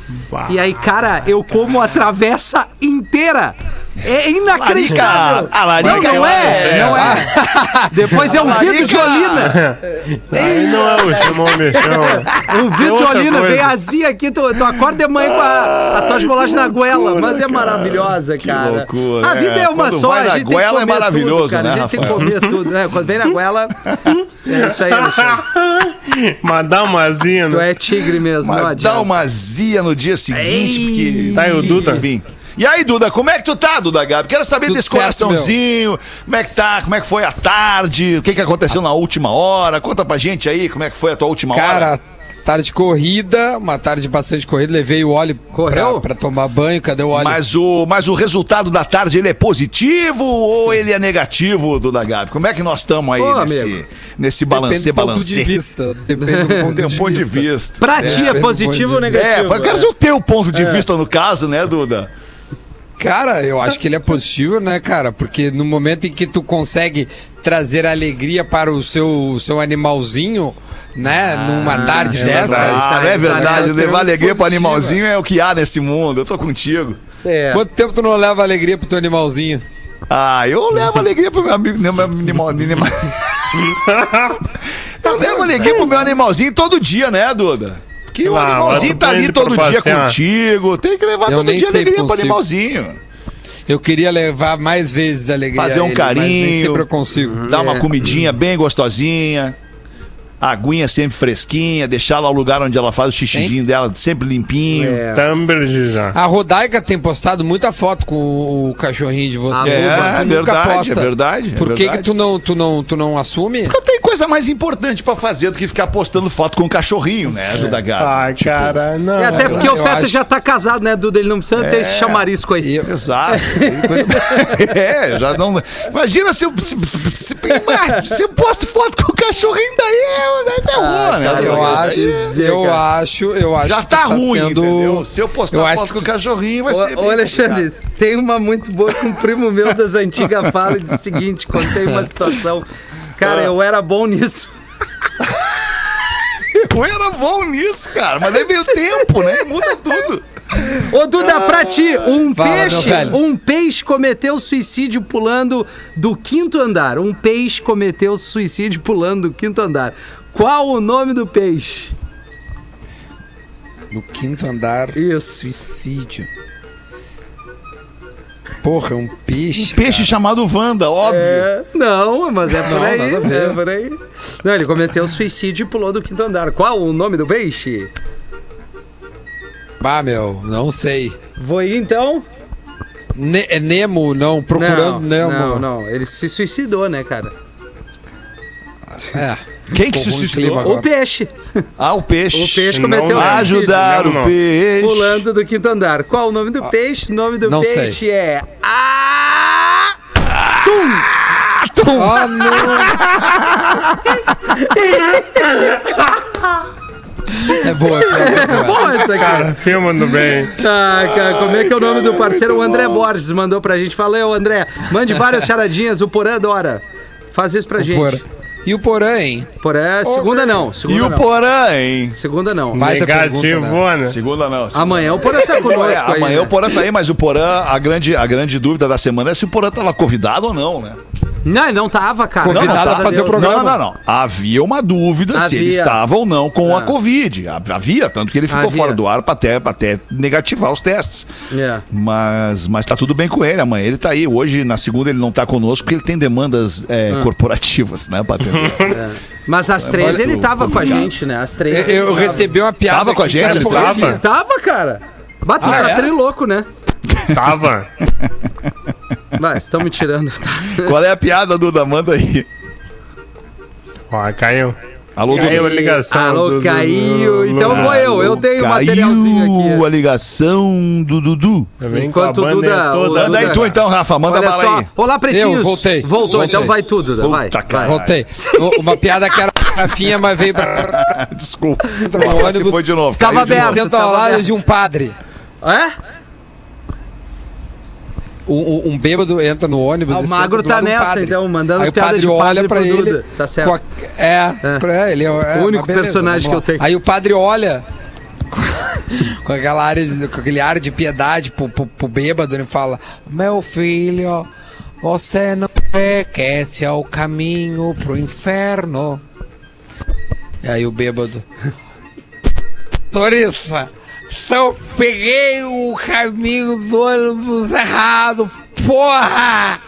E aí, cara, eu como a travessa inteira. É inacreditável. A larica, Ah. não, não ela é, é. não é. Depois é um vidro de olina. Aí não é o chamou, me chama. Um vidro de outra olina. coisa. Vem azia aqui, tu, tu acorda de manhã com a, a tua de bolacha na goela. Mas é maravilhosa, cara. loucura, A vida é. é uma Quando só. vai a na gente tem que goela é comer tudo, maravilhoso, cara. né, A gente Rafael? tem que comer tudo. É, quando vem na goela... É isso aí, Alexandre. Mas dá uma asinha, Tu né? é tigre mesmo, não Mas adianta. dá uma zia no dia seguinte, porque. Tá aí o Duda? Enfim. E aí, Duda, como é que tu tá, Duda Gabi? Quero saber Tudo desse certo, coraçãozinho, como é que tá, como é que foi a tarde, o que, que aconteceu na última hora, conta pra gente aí como é que foi a tua última hora. Cara, tarde de corrida, uma tarde bastante corrida, levei o óleo pra, Correu? pra tomar banho, cadê o óleo? Mas o, mas o resultado da tarde, ele é positivo ou ele é negativo, Duda Gabi? Como é que nós estamos aí Ô, nesse, amigo. nesse Depende balancê, do ponto de balancê? vista. Depende do ponto Tem um de ponto de vista. vista. Pra ti é bem positivo bom ou dia. É, negativo? eu quero ver o teu ponto É. de vista no caso, né, Duda? Cara, eu acho que ele é positivo, né, cara? Porque no momento em que tu consegue trazer alegria para o seu, o seu animalzinho, né? numa tarde é dessa. verdade. Ah, tá, é tá, verdade. tá, tá, Levar tá, alegria pro positiva. animalzinho é o que há nesse mundo. Eu tô contigo. É. Quanto tempo tu não leva alegria pro teu animalzinho? Ah, eu levo alegria pro meu amigo. né, Meu, meu animal, animal- é- eu levo alegria pro meu animalzinho todo dia, né, Duda? Porque o Ah, mas animalzinho tu tá ali prende todo pra dia passear. contigo. Tem que levar Eu todo nem dia sei alegria pro consigo. animalzinho. Eu queria levar mais vezes a alegria. Fazer a um ele, mas carinho. nem sempre eu consigo. Dar uma comidinha bem gostosinha. A aguinha sempre fresquinha, deixar lá o lugar onde ela faz o xixizinho dela sempre limpinho. É. Tamber de Tá um já. A Rodaica tem postado muita foto com o, o cachorrinho de vocês. É, mas tu nunca é verdade, posta. é verdade, é Por que, verdade. que tu, não, tu, não, tu não assume? Porque tem coisa mais importante pra fazer do que ficar postando foto com o cachorrinho, É. né, Duda Gato? Ah. Ai, cara, não. É, até porque eu o Feta acho- já tá casado, né, Duda? Ele não precisa ter É. esse chamarisco aí. Eu- Exato. é, já não. Imagina se eu, se, se- se- mas se eu posto foto com o cachorrinho daí, eu- daí ferrou, né? cara, Ah, Eu Daí acho, é dizer, eu cara. acho, eu acho Já que tá tu ruim, sendo- entendeu? Se eu postar eu foto acho com o que- cachorrinho, vai ser. Ô, bem ô, Alexandre, complicado. tem uma muito boa que um primo meu das antigas fala e diz o seguinte: contei uma situação. Cara, eu era bom nisso. Eu era bom nisso, cara, mas é meio tempo, né? Muda tudo. Ô, Duda, pra ti, um Fala, meu peixe, velho. um peixe cometeu suicídio pulando do quinto andar. Um peixe cometeu suicídio pulando do quinto andar. Qual o nome do peixe? No quinto andar, Isso. suicídio. Porra, é um peixe. Peixe chamado Wanda, óbvio. Não, mas é por Não, aí. nada a é ver. por aí. Não, ele cometeu suicídio e pulou do quinto andar. Qual o nome do peixe? Ah, meu, não sei. Vou ir então. Ne é Nemo, não, procurando né, não, Nemo. não, não. Ele se suicidou, né, cara? É. Quem que se Ficou ruim o suicidou? clima O peixe. Ah, o peixe. O peixe Não, cometeu um não. suicídio. né? Ajudar Não, não. o peixe. Pulando do quinto andar. Qual o nome do peixe? O nome do Ah, não peixe sei. é. Ah! Ah, não! é boa, é boa. Porra, essa cara. Filmando bem. Ah, cara, como é que é o nome do parceiro? O André Borges mandou pra gente. Valeu, André. Mande várias charadinhas. O Porã adora. Faz isso pra gente. Porã. E o Porã, hein? Porã, segunda não. Segunda E o não. Porã, hein? Segunda não. Vai. Baita né? pergunta, Negativona. Segunda não. segunda Amanhã o Porã tá conosco É, aí. amanhã né? o Porã tá aí, mas o Porã, a grande, a grande dúvida da semana é se o Porã tava convidado ou não, né? Não, ele não tava, cara. Não, não, Convidado Graças a fazer Deus. o programa. Não, não, não. Havia uma dúvida se Havia. ele estava ou não com a Ah. Covid. Havia, tanto que ele ficou Havia. fora do ar para até, pra até negativar os testes. É. Mas, mas tá tudo bem com ele, amanhã ele tá aí. Hoje, na segunda, ele não tá conosco porque ele tem demandas é, corporativas, né, pra atender. Mas É, às três muito ele tava com a complicado. gente, né? Às três. ele Eu, É, eu tava. recebi uma piada. Tava com a aqui, gente, cara, esse porra, É, tava? Tava, cara. Bato, Ah, tá é? triloco, né? Tava. Vai, estão me tirando. Tá. Qual é a piada, Duda? Manda aí. Ó, caiu. Alô, Caiu a Duda. ligação. do- Alô, do- caiu. do- Então vou eu. Eu tenho o materialzinho Caiu a aqui. ligação do Dudu. Vem Enquanto com a o Duda- bandeira toda. o Manda aí Duda. tu então, Rafa. Manda Tá Olha bala só. aí. Olá, pretinhos. Eu voltei. Voltou, Voltei. então vai tudo, Duda. Vai. Puta, vai. cara. Voltei. O- Uma piada que era pra Rafinha, mas veio pra. Desculpa. o Se ônibus foi de tá novo. Tava caiu de novo. aberto. Senta ao tava lado aberto. de um padre. É? Um, um- um bêbado entra no ônibus. Ah, o e senta magro do tá lado de um nessa, padre. então, mandando Aí o piada padre de padre olha pra pro ele. Duda. Tá certo. com a- É, É. pra ele. É, o único personagem que eu tenho. Aí o padre olha. com- Com, aquela área de- com aquele ar de piedade pro, pro, pro bêbado, ele fala: Meu filho, você não vê que esse é o caminho pro inferno. E aí o bêbado. Torissa, eu peguei o caminho do ônibus errado, porra!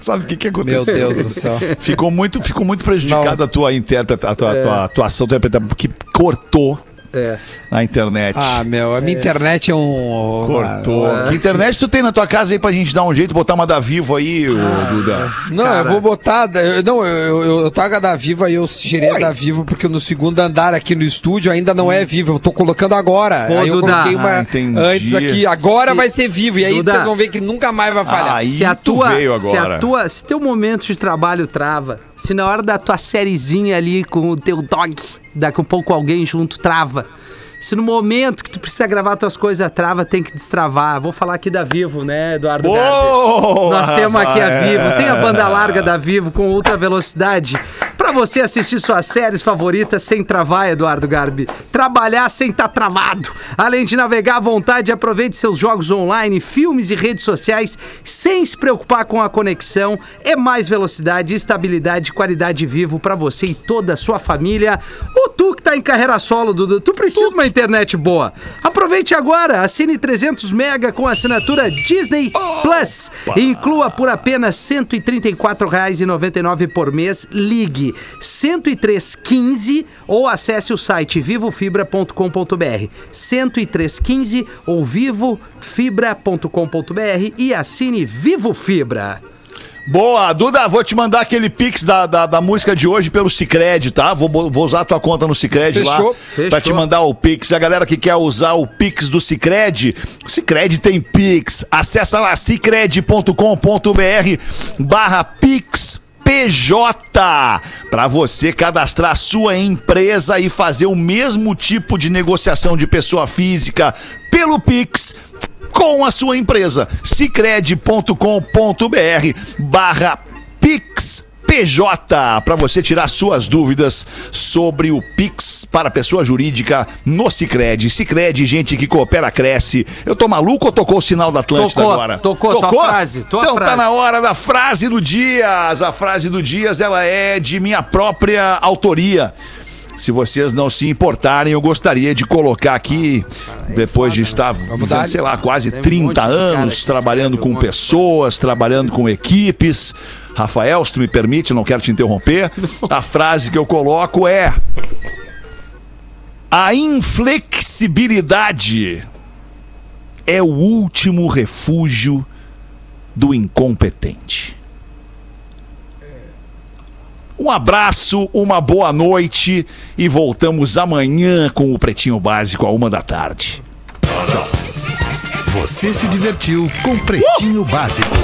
Sabe o que, que aconteceu? Meu Deus do céu. Ficou muito, ficou muito prejudicada Não. a tua interpreta, a tua, tua atuação, tua interpretação, porque cortou É. na internet. Ah, meu, a minha internet é um. cortou. Que internet tu tem na tua casa aí pra gente dar um jeito, botar uma da vivo aí, ô, Duda? Não, eu vou botar. da- Eu, não, eu, eu, eu tava da Viva e eu tirei a da Viva porque no segundo andar aqui no estúdio ainda não é Viva. Eu tô colocando agora. Hum. Pô, aí eu Duda. coloquei Ah, uma entendi. antes aqui. Agora Se- vai ser Vivo. E aí Duda. vocês vão ver que nunca mais vai falhar. Aí se a tu tua, veio se agora. a tua, se teu momento de trabalho trava, se na hora da tua sériezinha ali com o teu dog, daqui um pouco alguém junto trava. Se no momento que tu precisa gravar tuas coisas trava, tem que destravar. Vou falar aqui da Vivo, né, Eduardo Garbi? Boa, Nós temos aqui a Rafael. Vivo, tem a banda larga da Vivo com ultra velocidade. Pra você assistir suas séries favoritas sem travar, Eduardo Garbi. Trabalhar sem estar travado. Além de navegar à vontade, aproveite seus jogos online, filmes e redes sociais sem se preocupar com a conexão. É mais velocidade, estabilidade e qualidade vivo pra você e toda a sua família. O tu que tá em carreira solo, Dudu, tu precisa de uma internet boa. Aproveite agora, assine 300 mega com a assinatura Disney Plus. Inclua por apenas R$ 134,99 por mês. Ligue 10315 ou acesse o site vivofibra.com.br. 10315 ou vivofibra.com.br e assine Vivo Fibra. Boa, Duda, vou te mandar aquele pix da, da, da música de hoje pelo Cicred, tá? Vou, bo- vou usar a tua conta no Cicred lá. Fechou. Pra Fechou. te mandar o pix. A galera que quer usar o pix do Cicred, o Cicred tem pix. Acessa lá cicred.com.br barra pix. PJ, para você cadastrar sua empresa e fazer o mesmo tipo de negociação de pessoa física pelo Pix com a sua empresa. cicred.com.br barra pix PJ para você tirar suas dúvidas sobre o Pix para pessoa jurídica no Cicred. Cicred, gente que coopera, cresce. Eu tô maluco ou tocou o sinal da Atlântida Tocou, agora? tocou, tua frase, tua então tá frase. na hora da frase do Dias. A frase do Dias, ela é de minha própria autoria. Se vocês não se importarem, eu gostaria de colocar aqui, depois de estar, dar- sei lá, quase Tem um 30 monte de cara anos que trabalhando escreve com um monte de pessoas, trabalhando com equipes. Rafael, se tu me permite, não quero te interromper. A frase que eu coloco é: A inflexibilidade é o último refúgio do incompetente. Um abraço, uma boa noite e voltamos amanhã com o Pretinho Básico à uma da tarde. Você se divertiu com Pretinho Básico.